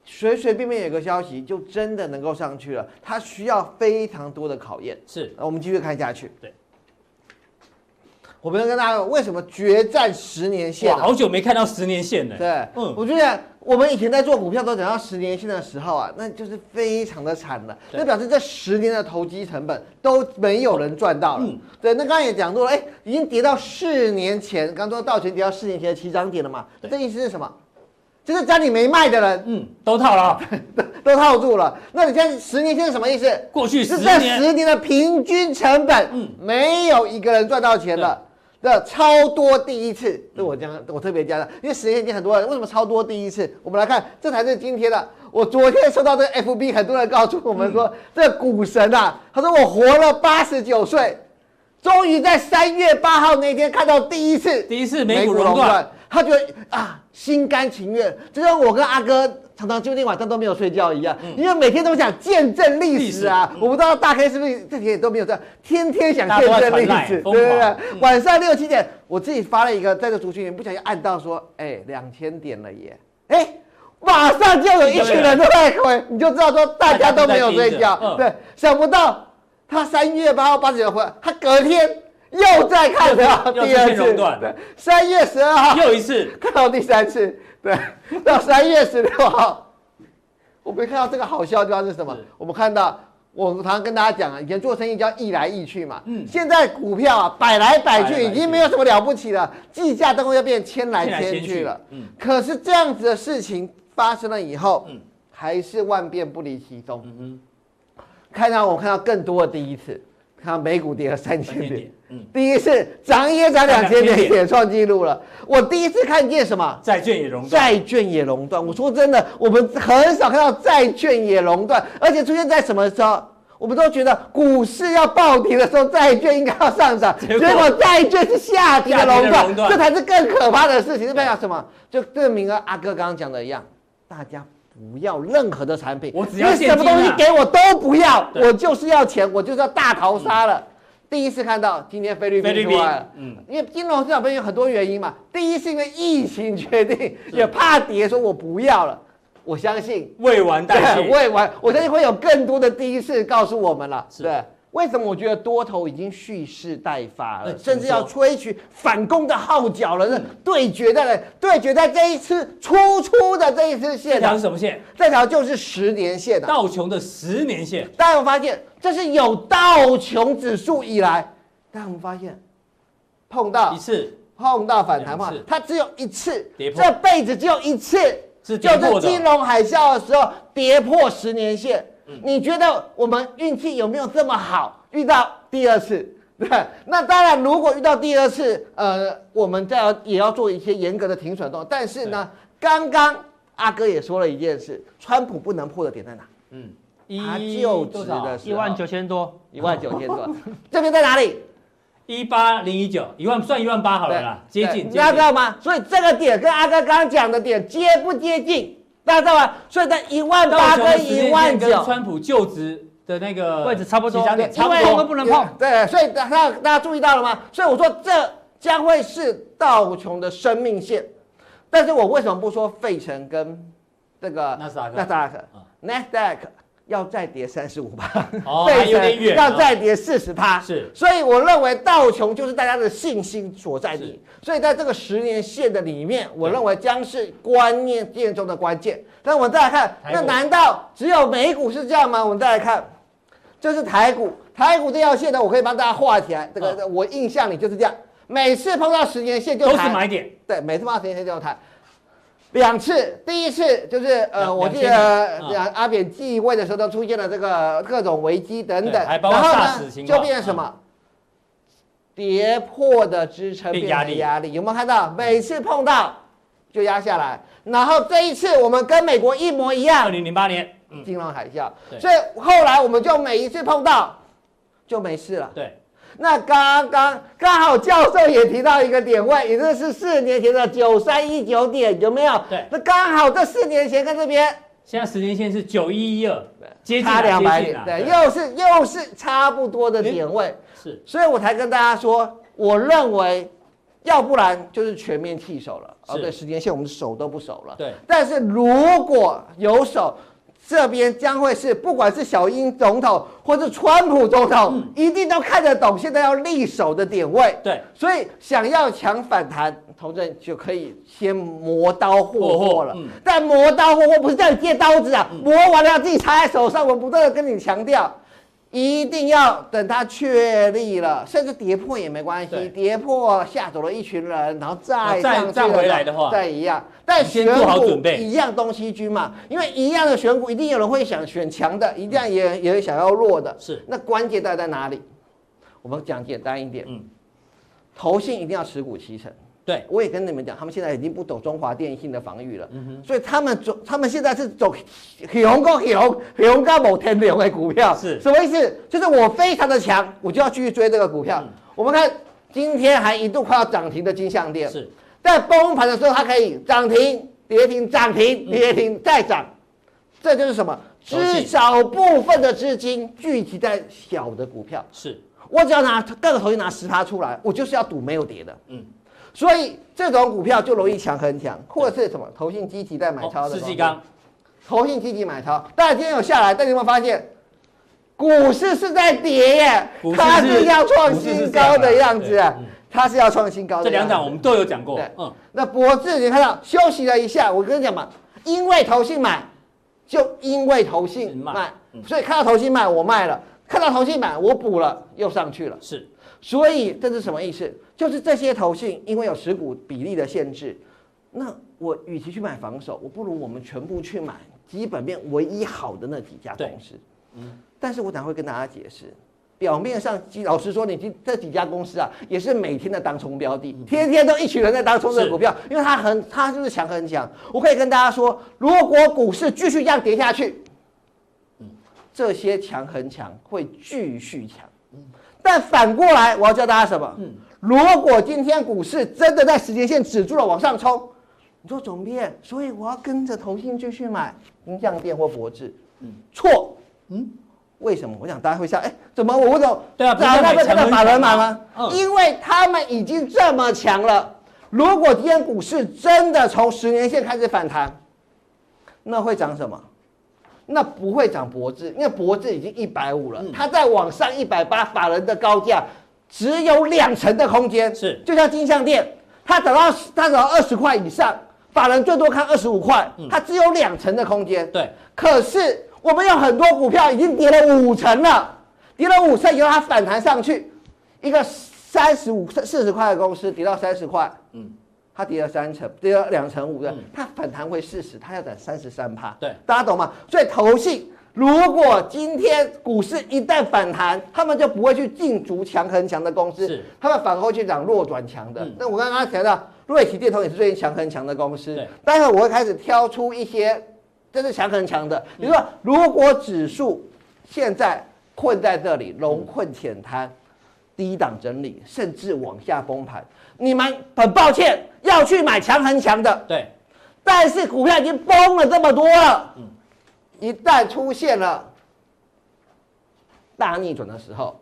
Speaker 7: 随随便便有个消息就真的能够上去了，它需要非常多的考验。
Speaker 4: 是
Speaker 7: 那我们继续看下去。
Speaker 4: 对，
Speaker 7: 我们要跟大家讲为什么决战十年线、
Speaker 4: 哇，
Speaker 7: 啊
Speaker 4: 好。久没看到十年线了。
Speaker 7: 对，
Speaker 4: 嗯
Speaker 7: 我觉得我们以前在做股票都等到十年线的时候啊，那就是非常的惨了，
Speaker 4: 对
Speaker 7: 那表示这十年的投机成本都没有人赚到了。
Speaker 4: 嗯
Speaker 7: 对，那刚才也讲过了，哎，已经跌到四年前，刚说道琼跌到四年前的起涨点了嘛，
Speaker 4: 对
Speaker 7: 这意思是什么？就是家里没卖的人
Speaker 4: 嗯，都套牢。
Speaker 7: 都套住了，那你现在十年线是什么意思？
Speaker 4: 过去十
Speaker 7: 是这
Speaker 4: 年，
Speaker 7: 十年的平均成本，
Speaker 4: 嗯
Speaker 7: 没有一个人赚到钱的，那超多第一次，这我讲，我特别讲的，因为十年前很多人为什么超多第一次？我们来看，这才是今天的。我昨天收到这个 FB，很多人告诉我们
Speaker 4: 嗯
Speaker 7: 说，这个股神啊，他说我活了八十九岁，终于在三月八号那天看到第一次，
Speaker 4: 第一次美股熔断，
Speaker 7: 他觉得啊心甘情愿，就像我跟阿哥常常今天晚上都没有睡觉一样，因为每天都想见证历史啊。我不知道大 K 是不是这几天也都没有这样，天天想
Speaker 4: 大家
Speaker 7: 见
Speaker 4: 都在
Speaker 7: 证历
Speaker 4: 传
Speaker 7: 史，
Speaker 4: 赖
Speaker 7: 对
Speaker 4: 疯
Speaker 7: 对
Speaker 4: 狂
Speaker 7: 对。晚上六七点，我自己发了一个在这族群里面不小心按到说，哎，两千点了耶，哎。马上就有一群人都在回，你就知道说大家都没有
Speaker 4: 大家都在
Speaker 7: 睡觉
Speaker 4: 盯着嗯。
Speaker 7: 对，想不到他三月八号八十九回来，他隔天又再看到
Speaker 4: 又
Speaker 7: 第
Speaker 4: 出
Speaker 7: 二
Speaker 4: 现
Speaker 7: 次
Speaker 4: 熔，断
Speaker 7: 对，三月十二号
Speaker 4: 又一次，
Speaker 7: 看到第三次，对，到三月十六号，我们看到这个好笑的地方是什么
Speaker 4: 是？
Speaker 7: 我们看到。我常常跟大家讲啊，以前做生意叫易来易去嘛，
Speaker 4: 嗯
Speaker 7: 嗯，现在股票啊摆来摆
Speaker 4: 摆来
Speaker 7: 去，
Speaker 4: 摆
Speaker 7: 已
Speaker 4: 去
Speaker 7: 经没有什么了不起了，计价都会变迁来
Speaker 4: 迁来
Speaker 7: 迁
Speaker 4: 迁去
Speaker 7: 去了。
Speaker 4: 嗯
Speaker 7: 可是这样子的事情发生了以后，
Speaker 4: 嗯
Speaker 7: 还是万变不离其宗。看到我看到更多的第一次，看到美股跌了三
Speaker 4: 三
Speaker 7: 千
Speaker 4: 千
Speaker 7: 点
Speaker 4: 点，，嗯，
Speaker 7: 第一次涨也涨两千
Speaker 4: 涨2000
Speaker 7: 点，
Speaker 4: 点
Speaker 7: 也创纪录了。我第一次看见什么？
Speaker 4: 债券也熔断，
Speaker 7: 债券也垄断。我说真的，我们很少看到债券也垄断，而且出现在什么时候？我们都觉得股市要暴跌的时候，债券应该要上涨，
Speaker 4: 结
Speaker 7: 结
Speaker 4: 果
Speaker 7: 果债券是下跌的垄
Speaker 4: 下跌的垄
Speaker 7: 断，
Speaker 4: 断
Speaker 7: 这才是更可怕的事情。这代表什么？就证明了阿哥刚刚讲的一样，大家不要任何的产品，
Speaker 4: 我只要
Speaker 7: 因为
Speaker 4: 现
Speaker 7: 什么
Speaker 4: 金啊
Speaker 7: 东西给哎我都不要，
Speaker 4: 对
Speaker 7: 我就是要钱，我就是要大逃杀了。第一次看到今天菲律
Speaker 4: 菲律
Speaker 7: 宾
Speaker 4: 宾
Speaker 7: 出来了，
Speaker 4: 嗯
Speaker 7: 嗯，因为金融市场本身有很多原因嘛。第一是因为疫情决定，也怕跌，说我不要了。我相信，
Speaker 4: 未完待
Speaker 7: 对，
Speaker 4: 续，
Speaker 7: 我也玩，我相信会有更多的第一次告诉我们了。
Speaker 4: 是
Speaker 7: 对，为什么我觉得多头已经蓄势待发
Speaker 4: 哎
Speaker 7: 了，甚
Speaker 4: 怎么
Speaker 7: 至
Speaker 4: 说
Speaker 7: 要吹起反攻的号角了？是对决的人，对决在这一次突出的这一次
Speaker 4: 这
Speaker 7: 线
Speaker 4: 条
Speaker 7: 啊
Speaker 4: 是，什么线？
Speaker 7: 这条就是十年线啊。
Speaker 4: 道琼的十年线，
Speaker 7: 大家有没有发现，这是有道琼指数以来，大家有没有发现，碰到
Speaker 4: 一次
Speaker 7: 碰到反弹
Speaker 4: 两
Speaker 7: 嘛
Speaker 4: 次，
Speaker 7: 它只有一次，
Speaker 4: 跌破
Speaker 7: 这辈子只有一次，
Speaker 4: 是跌
Speaker 7: 就
Speaker 4: 破
Speaker 7: 是
Speaker 4: 的
Speaker 7: 金融海啸的时候跌破十年线。
Speaker 4: 嗯
Speaker 7: 你觉得我们运气有没有这么好，遇到第二次？ *laughs* 对，那当然，如果遇到第二次，呃，我们再要也要做一些严格的停损动作。但是呢，刚刚阿哥也说了一件事，川普不能破的点在哪？它就
Speaker 4: 嗯
Speaker 7: 值
Speaker 4: 多少
Speaker 7: 的
Speaker 5: 一万九千多，
Speaker 7: 一万九千多，这边在哪里？
Speaker 4: 一八零一九，一万算一万八好了啦，啊接近
Speaker 7: 对
Speaker 4: 接
Speaker 7: 大家知
Speaker 4: 近，
Speaker 7: 道吗？所以这个点跟阿哥刚刚讲的点接不接近？大家知道吗？所以在一万
Speaker 4: 道
Speaker 7: 八
Speaker 4: 琼的
Speaker 7: 跟
Speaker 4: 十
Speaker 7: 一
Speaker 4: 年
Speaker 7: 万
Speaker 4: 线跟
Speaker 7: 九。
Speaker 4: 川普就职的那个
Speaker 5: 位置差不多
Speaker 4: 起涨点
Speaker 5: 对
Speaker 4: 差不
Speaker 7: 因为
Speaker 5: 碰
Speaker 4: 多
Speaker 5: 都，不能碰
Speaker 7: 对，所以大家大家注意到了吗？所以我说这将会是道琼的生命线，但是我为什么不说费城跟这个
Speaker 4: 纳斯达克啊
Speaker 7: 纳斯达克、纳斯达克要再跌三十五吧？
Speaker 4: 哦，还
Speaker 7: 费
Speaker 4: 有点
Speaker 7: 城
Speaker 4: 远，
Speaker 7: 要再跌四十趴，
Speaker 4: 是
Speaker 7: 所以我认为道琼就是大家的信心所在
Speaker 4: 是
Speaker 7: 地。所以在这个十年线的里面，我认为将是观念建中的关键。但我们再来看，
Speaker 4: 台股
Speaker 7: 那难道只有美股是这样吗？我们再来看，这是台股，台股这条线呢，我可以帮大家画起来。这个、我印象里就是这样，每次碰到十年线就
Speaker 4: 啊都是
Speaker 7: 弹
Speaker 4: 买点，
Speaker 7: 对，每次碰到十年线就弹。两次，第一次就是呃，
Speaker 4: 两
Speaker 7: 我记
Speaker 4: 两千
Speaker 7: 得
Speaker 4: 年嗯
Speaker 7: 两阿扁继位的时候都出现了这个各种危机等等，
Speaker 4: 对还包括
Speaker 7: 然后
Speaker 4: SARS
Speaker 7: 呢
Speaker 4: 情况
Speaker 7: 就变成什
Speaker 4: 啊
Speaker 7: 么？跌破的支撑
Speaker 4: 变
Speaker 7: 变
Speaker 4: 压
Speaker 7: 压
Speaker 4: 力
Speaker 7: 力，压力有没有看到？每次碰到就压下来，然后这一次我们跟美国一模一
Speaker 4: 二
Speaker 7: 样，
Speaker 4: 零零八年，嗯，
Speaker 7: 金融海啸
Speaker 4: 对，
Speaker 7: 所以后来我们就每一次碰到就没事了。
Speaker 4: 对，
Speaker 7: 那刚刚刚好教授也提到一个点位，也就是四年前的九三一九点，有没有？
Speaker 4: 对
Speaker 7: 那刚好这四年前跟这边
Speaker 4: 现在十年线是九一一二，接近
Speaker 7: 差
Speaker 4: 了
Speaker 7: 两百
Speaker 4: 接近
Speaker 7: 点，
Speaker 4: 了
Speaker 7: 对，又是又是差不多的点位，
Speaker 4: 是
Speaker 7: 所以我才跟大家说，我认为，要不然就是全面弃守了。哦，
Speaker 4: 是
Speaker 7: 对，十年线我们守都不守了。
Speaker 4: 对
Speaker 7: 但是如果有守，这边将会是不管是小英总统或是川普总统，一定都看得懂现在要力守的点位。
Speaker 4: 嗯对，
Speaker 7: 所以想要抢反弹，同志就可以先磨刀霍霍
Speaker 4: 霍霍
Speaker 7: 了。
Speaker 4: 嗯嗯
Speaker 7: 但磨刀霍霍不是叫你借刀子啊，磨完了要自己插在手上。我不断的跟你强调，一定要等它确立了，甚至跌破也没关
Speaker 4: 对哦
Speaker 7: 系，跌破吓走了一群人，然后再
Speaker 4: 再
Speaker 7: 上去
Speaker 4: 再
Speaker 7: 了
Speaker 4: 回来的话
Speaker 7: 再一样。但
Speaker 4: 你先
Speaker 7: 选
Speaker 4: 做好
Speaker 7: 股
Speaker 4: 准备
Speaker 7: 一样东西军嘛，因为一样的选股，一定有人会想选强的，一定也也想要弱的。
Speaker 4: 嗯是
Speaker 7: 那关键在在哪里？我们讲简单一点，
Speaker 4: 嗯
Speaker 7: 投信一定要持股七成。
Speaker 4: 对，
Speaker 7: 我也跟你们讲，他们现在已经不懂中华电信的防御了，所以他们走，他们现在是走熊高熊熊高某天龙的股票，
Speaker 4: 是
Speaker 7: 什么意思？就是我非常的强，我就要继续追这个股
Speaker 4: 嗯
Speaker 7: 票。我们看今天还一度快要涨停的金项店，
Speaker 4: 是
Speaker 7: 在崩盘的时候，它可以涨停、跌停、涨
Speaker 4: 嗯
Speaker 7: 停、跌停再涨，这就是什么？
Speaker 4: 投信
Speaker 7: 至少部分的资金聚集在小的股票，
Speaker 4: 是
Speaker 7: 我只要拿各个头去拿十趴出来，我就是要赌没有跌的。
Speaker 4: 嗯
Speaker 7: 嗯，所以这种股票就容易强很强，或者是什么投信积极在买超的。
Speaker 4: 哦世纪刚，
Speaker 7: 投信积极买超，大家今天有下来，但你有没有发现，股市是在跌耶
Speaker 4: 股？市是
Speaker 7: 它是要创新高的样
Speaker 4: 股市是
Speaker 7: 子
Speaker 4: 这样啊对嗯，
Speaker 7: 它是要创新高
Speaker 4: 这
Speaker 7: 的样子。
Speaker 4: 两档我们都有讲过
Speaker 7: 对，
Speaker 4: 嗯，
Speaker 7: 那博智你看到休息了一下，我跟你讲嘛，因为投信买，就因为投信
Speaker 4: 卖
Speaker 7: 卖
Speaker 4: 嗯，
Speaker 7: 所以看到投信卖我卖了，看到投信买我补了，又上去了。
Speaker 4: 是
Speaker 7: 所以这是什么意思？就是这些投信因为有持股比例的限制，那我与其去买防守，我不如我们全部去买基本面唯一好的那几家公司。但是我等下会跟大家解释。表面上，老实说，你这这几家公司啊，也是每天的当冲标的，天天都一群人在当冲这
Speaker 4: 是
Speaker 7: 个股票，因为它很，它就是强很强。我可以跟大家说，如果股市继续这样跌下去，这些强很强会继续强。但反过来，我要教大家什么？如果今天股市真的在时间线止住了往上冲，你说总编，所以我要跟着同信继续买金像店或博智，
Speaker 4: 嗯
Speaker 7: 错，为什么？我想大家会想，哎，怎么我我总
Speaker 4: 对啊不是
Speaker 7: 找那
Speaker 4: 买
Speaker 7: 个
Speaker 4: 强
Speaker 7: 那个
Speaker 4: 跟
Speaker 7: 法人
Speaker 4: 强
Speaker 7: 买
Speaker 4: 吗
Speaker 7: 吗？
Speaker 4: 嗯
Speaker 7: 因为他们已经这么强了。如果今天股市真的从十年线开始反弹，那会涨什么？那不会涨博智，因为博智已经一百五
Speaker 4: 嗯
Speaker 7: 了，它再往上一百八，法人的高价只有两成的空间。
Speaker 4: 是
Speaker 7: 就像金项店，它涨到它涨到二十块以上，法人最多看二十五块，它只有两成的空间。
Speaker 4: 嗯对，
Speaker 7: 可是我们有很多股票已经跌了五成了，跌了五成以后它反弹上去，一个三十五、四十块的公司跌到三十块，嗯，它跌了三成，跌了两成五的，它反弹回四十，它要涨三十三趴，
Speaker 4: 嗯对
Speaker 7: 大家懂吗？所以投信。如果今天股市一旦反弹，他们就不会去进逐强很强的公司
Speaker 4: 是，嗯
Speaker 7: 他们反而会去涨弱转强的。那我刚刚提到瑞奇电通也是最近强很强的公司
Speaker 4: 对，
Speaker 7: 待会我会开始挑出一些真是强很强的。
Speaker 4: 嗯
Speaker 7: 你说，如果指数现在困在这里，龙困浅滩，低档整理，甚至往下崩盘，你们很抱歉要去买强很强的，
Speaker 4: 对，
Speaker 7: 但是股票已经崩了这么多了，嗯一旦出现了大逆转的时候，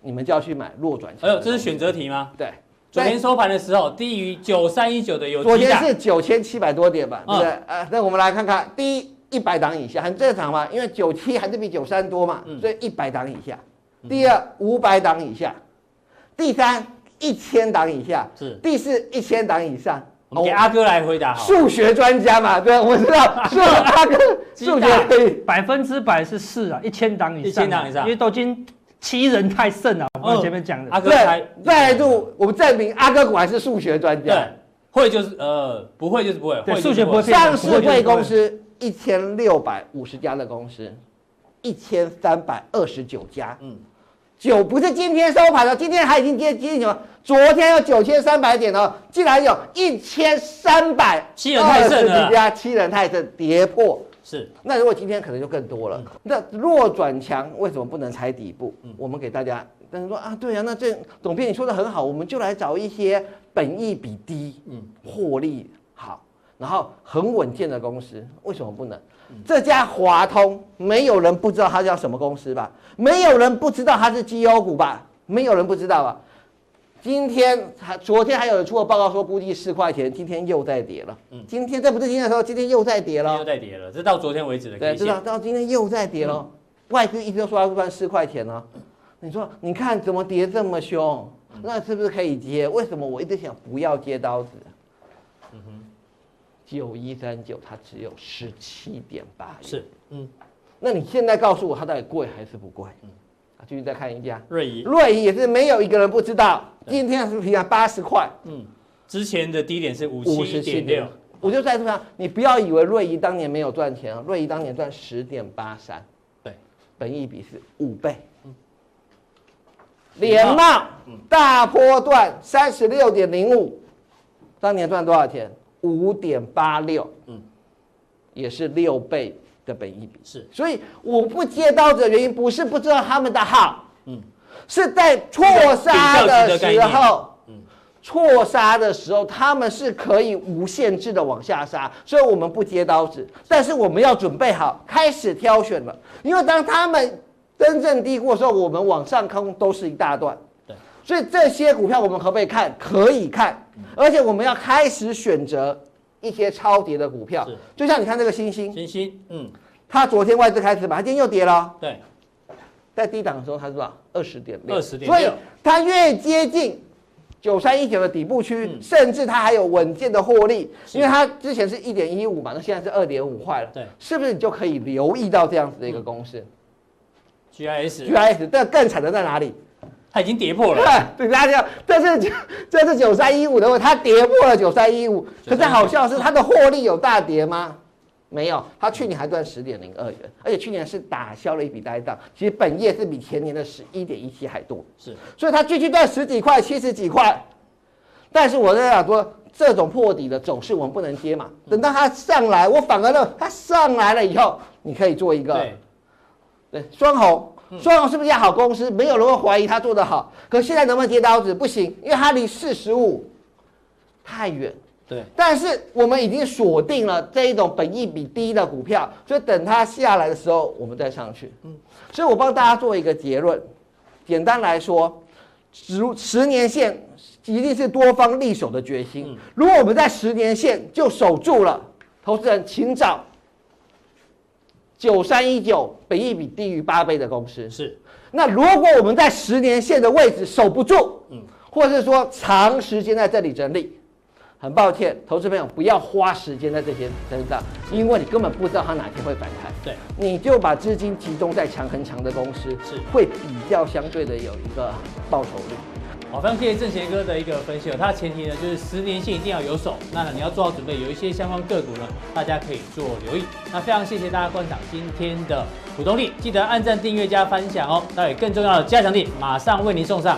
Speaker 7: 你们就要去买弱转强
Speaker 4: 哎
Speaker 7: 的
Speaker 4: 呦，
Speaker 7: 东西。
Speaker 4: 这是选择题吗？
Speaker 7: 对。
Speaker 4: 昨
Speaker 7: 对
Speaker 4: 天收盘的时候，低于九三一九的有
Speaker 7: 昨
Speaker 4: 几
Speaker 7: 天
Speaker 4: 档
Speaker 7: 是九千七百多点吧，
Speaker 4: 嗯
Speaker 7: 对不对？呃，那我们来看看，第一一百档以下很正常嘛，因为九七还是比九三多嘛，
Speaker 4: 嗯
Speaker 7: 所以一百档以下。第二五百档以下，第三一千档以下，
Speaker 4: 是
Speaker 7: 第四一千档以上。
Speaker 4: 我们给阿哥来回答好了，
Speaker 7: 数学专家嘛，对，我知
Speaker 4: *laughs*
Speaker 7: 道，数阿哥数学可以。
Speaker 5: 百分之百是四啊，一千档以上啊，
Speaker 4: 1000档以上
Speaker 5: 因为都已经欺人太甚了。我
Speaker 4: 嗯
Speaker 5: 们前面讲的，
Speaker 4: 阿哥来
Speaker 7: 对，再度我们证明阿哥果然是数学专家
Speaker 4: 对。，会就是呃不会就是不会，
Speaker 5: 对
Speaker 4: 会就是
Speaker 5: 数学不会变
Speaker 7: 上市贵公司一千六百五十家的公司，一千三百二十九家，
Speaker 4: 嗯
Speaker 7: 嗯，九不是今天收盘哦的，今天还已经接接近什么？昨天有九千三百点哦，竟然有一千三百
Speaker 4: 欺人太甚了
Speaker 7: 家，欺人太甚，跌破
Speaker 4: 是
Speaker 7: 那如果今天可能就更多了。那弱转强为什么不能踩底部？我们给大家，但是说啊，对啊，那这董编你说的很好，我们就来找一些本益比低、嗯，获利好，然后很稳健的公司，为什么不能？这家华通，没有人不知道它叫什么公司吧？没有人不知道它是绩优股吧？没有人不知道吧？今天还昨天还有人出了报告说估计四块钱，今天又在跌了。今天这不是今天的时嗯候，今天又在跌了哦。
Speaker 4: 又在跌了，这到昨天为止的
Speaker 7: 对，
Speaker 4: K
Speaker 7: 知道
Speaker 4: 线，
Speaker 7: 到今天又在跌了，外资一直都说要赚四块钱呢、啊你说，你看怎么跌这么凶？那是不是可以接？为什么我一直想不要接刀子？啊九一三九它只有十七点八，
Speaker 4: 是
Speaker 7: 那你现在告诉我它到底贵还是不贵？啊继续再看一家
Speaker 4: 瑞仪
Speaker 7: 瑞银也是没有一个人不知道，今天是平常八十块，
Speaker 4: 之前的低点是五
Speaker 7: 五
Speaker 4: 七
Speaker 7: 十七
Speaker 4: 点六
Speaker 7: 点，，我就再说啊，你不要以为瑞仪当年没有赚钱啊，瑞仪当年赚十点八三，
Speaker 4: 对，嗯
Speaker 7: 本益比是五倍。
Speaker 4: 联茂
Speaker 7: 联茂嗯大波段三十六点零五，当年赚多少钱？五点八六，嗯，也是六倍的本益比。
Speaker 4: 是
Speaker 7: 所以我不接刀子的原因不是不知道他们的好，
Speaker 4: 嗯
Speaker 7: 嗯，是在错杀的时候，嗯，错杀的时候他们是可以无限制的往下杀，所以我们不接刀子，但是我们要准备好开始挑选了，因为当他们真正低估的时候，我们往上空都是一大段。
Speaker 4: 对，
Speaker 7: 所以这些股票我们可不可以看？可以看，而且我们要开始选择一些超跌的股票
Speaker 4: 是，
Speaker 7: 就像你看这个星星，
Speaker 4: 星星，嗯，
Speaker 7: 它昨天外资开始买，它今天又跌了哦、
Speaker 4: 对，
Speaker 7: 在低档的时候它是多少？二十点六，
Speaker 4: 20.6
Speaker 7: 所以它越接近九三一九的底部区，
Speaker 4: 嗯
Speaker 7: 甚至它还有稳健的获利，
Speaker 4: 是
Speaker 7: 因为它之前是一点一五嘛，那现在是二点五块了，
Speaker 4: 对
Speaker 7: 是不是你就可以留意到这样子的一个公式
Speaker 4: GIS，
Speaker 7: ？GIS 这更惨的在哪里？
Speaker 4: 它已经跌破了，
Speaker 7: 对，大家这是这是九三一五的问题，它跌破了九三一五，可是好笑的是它的获利有大跌吗？没有，它去年还赚十点零二元，而且去年是打消了一笔呆账，其实本业是比前年的十一点一七还多，
Speaker 4: 是
Speaker 7: 所以它继续赚十几块、七十几块。但是我在想说，这种破底的走势我们不能接嘛，等到它上来，我反而呢，它上来了以后，你可以做一个
Speaker 4: 对，
Speaker 7: 对，双红，双红是不是一家好公司？没有人会怀疑它做得好。可现在能不能接刀子？不行，因为它离四十五太远。
Speaker 4: 对，
Speaker 7: 但是我们已经锁定了这一种本益比低的股票，所以等它下来的时候，我们再上去。嗯，所以我帮大家做一个结论，简单来说，十十年线一定是多方力守的决
Speaker 4: 嗯
Speaker 7: 心。如果我们在十年线就守住了，投资人请找九三一九本益比低于八倍的公司。
Speaker 4: 是
Speaker 7: 那如果我们在十年线的位置守不住，嗯，或者是说长时间在这里整理，很抱歉，投资朋友不要花时间在这些身上，因为你根本不知道它哪天会反弹。
Speaker 4: 对，
Speaker 7: 你就把资金集中在强很强的公司，
Speaker 4: 是
Speaker 7: 会比较相对的有一个报酬率。
Speaker 4: 好，非常谢谢郑贤哥的一个分析哦。它的前提呢，就是十年线一定要有手，那你要做好准备，有一些相关个股呢，大家可以做留意。那非常谢谢大家观赏今天的股动力，记得按赞、订阅、加分享哦。那有更重要的加强力，马上为您送上。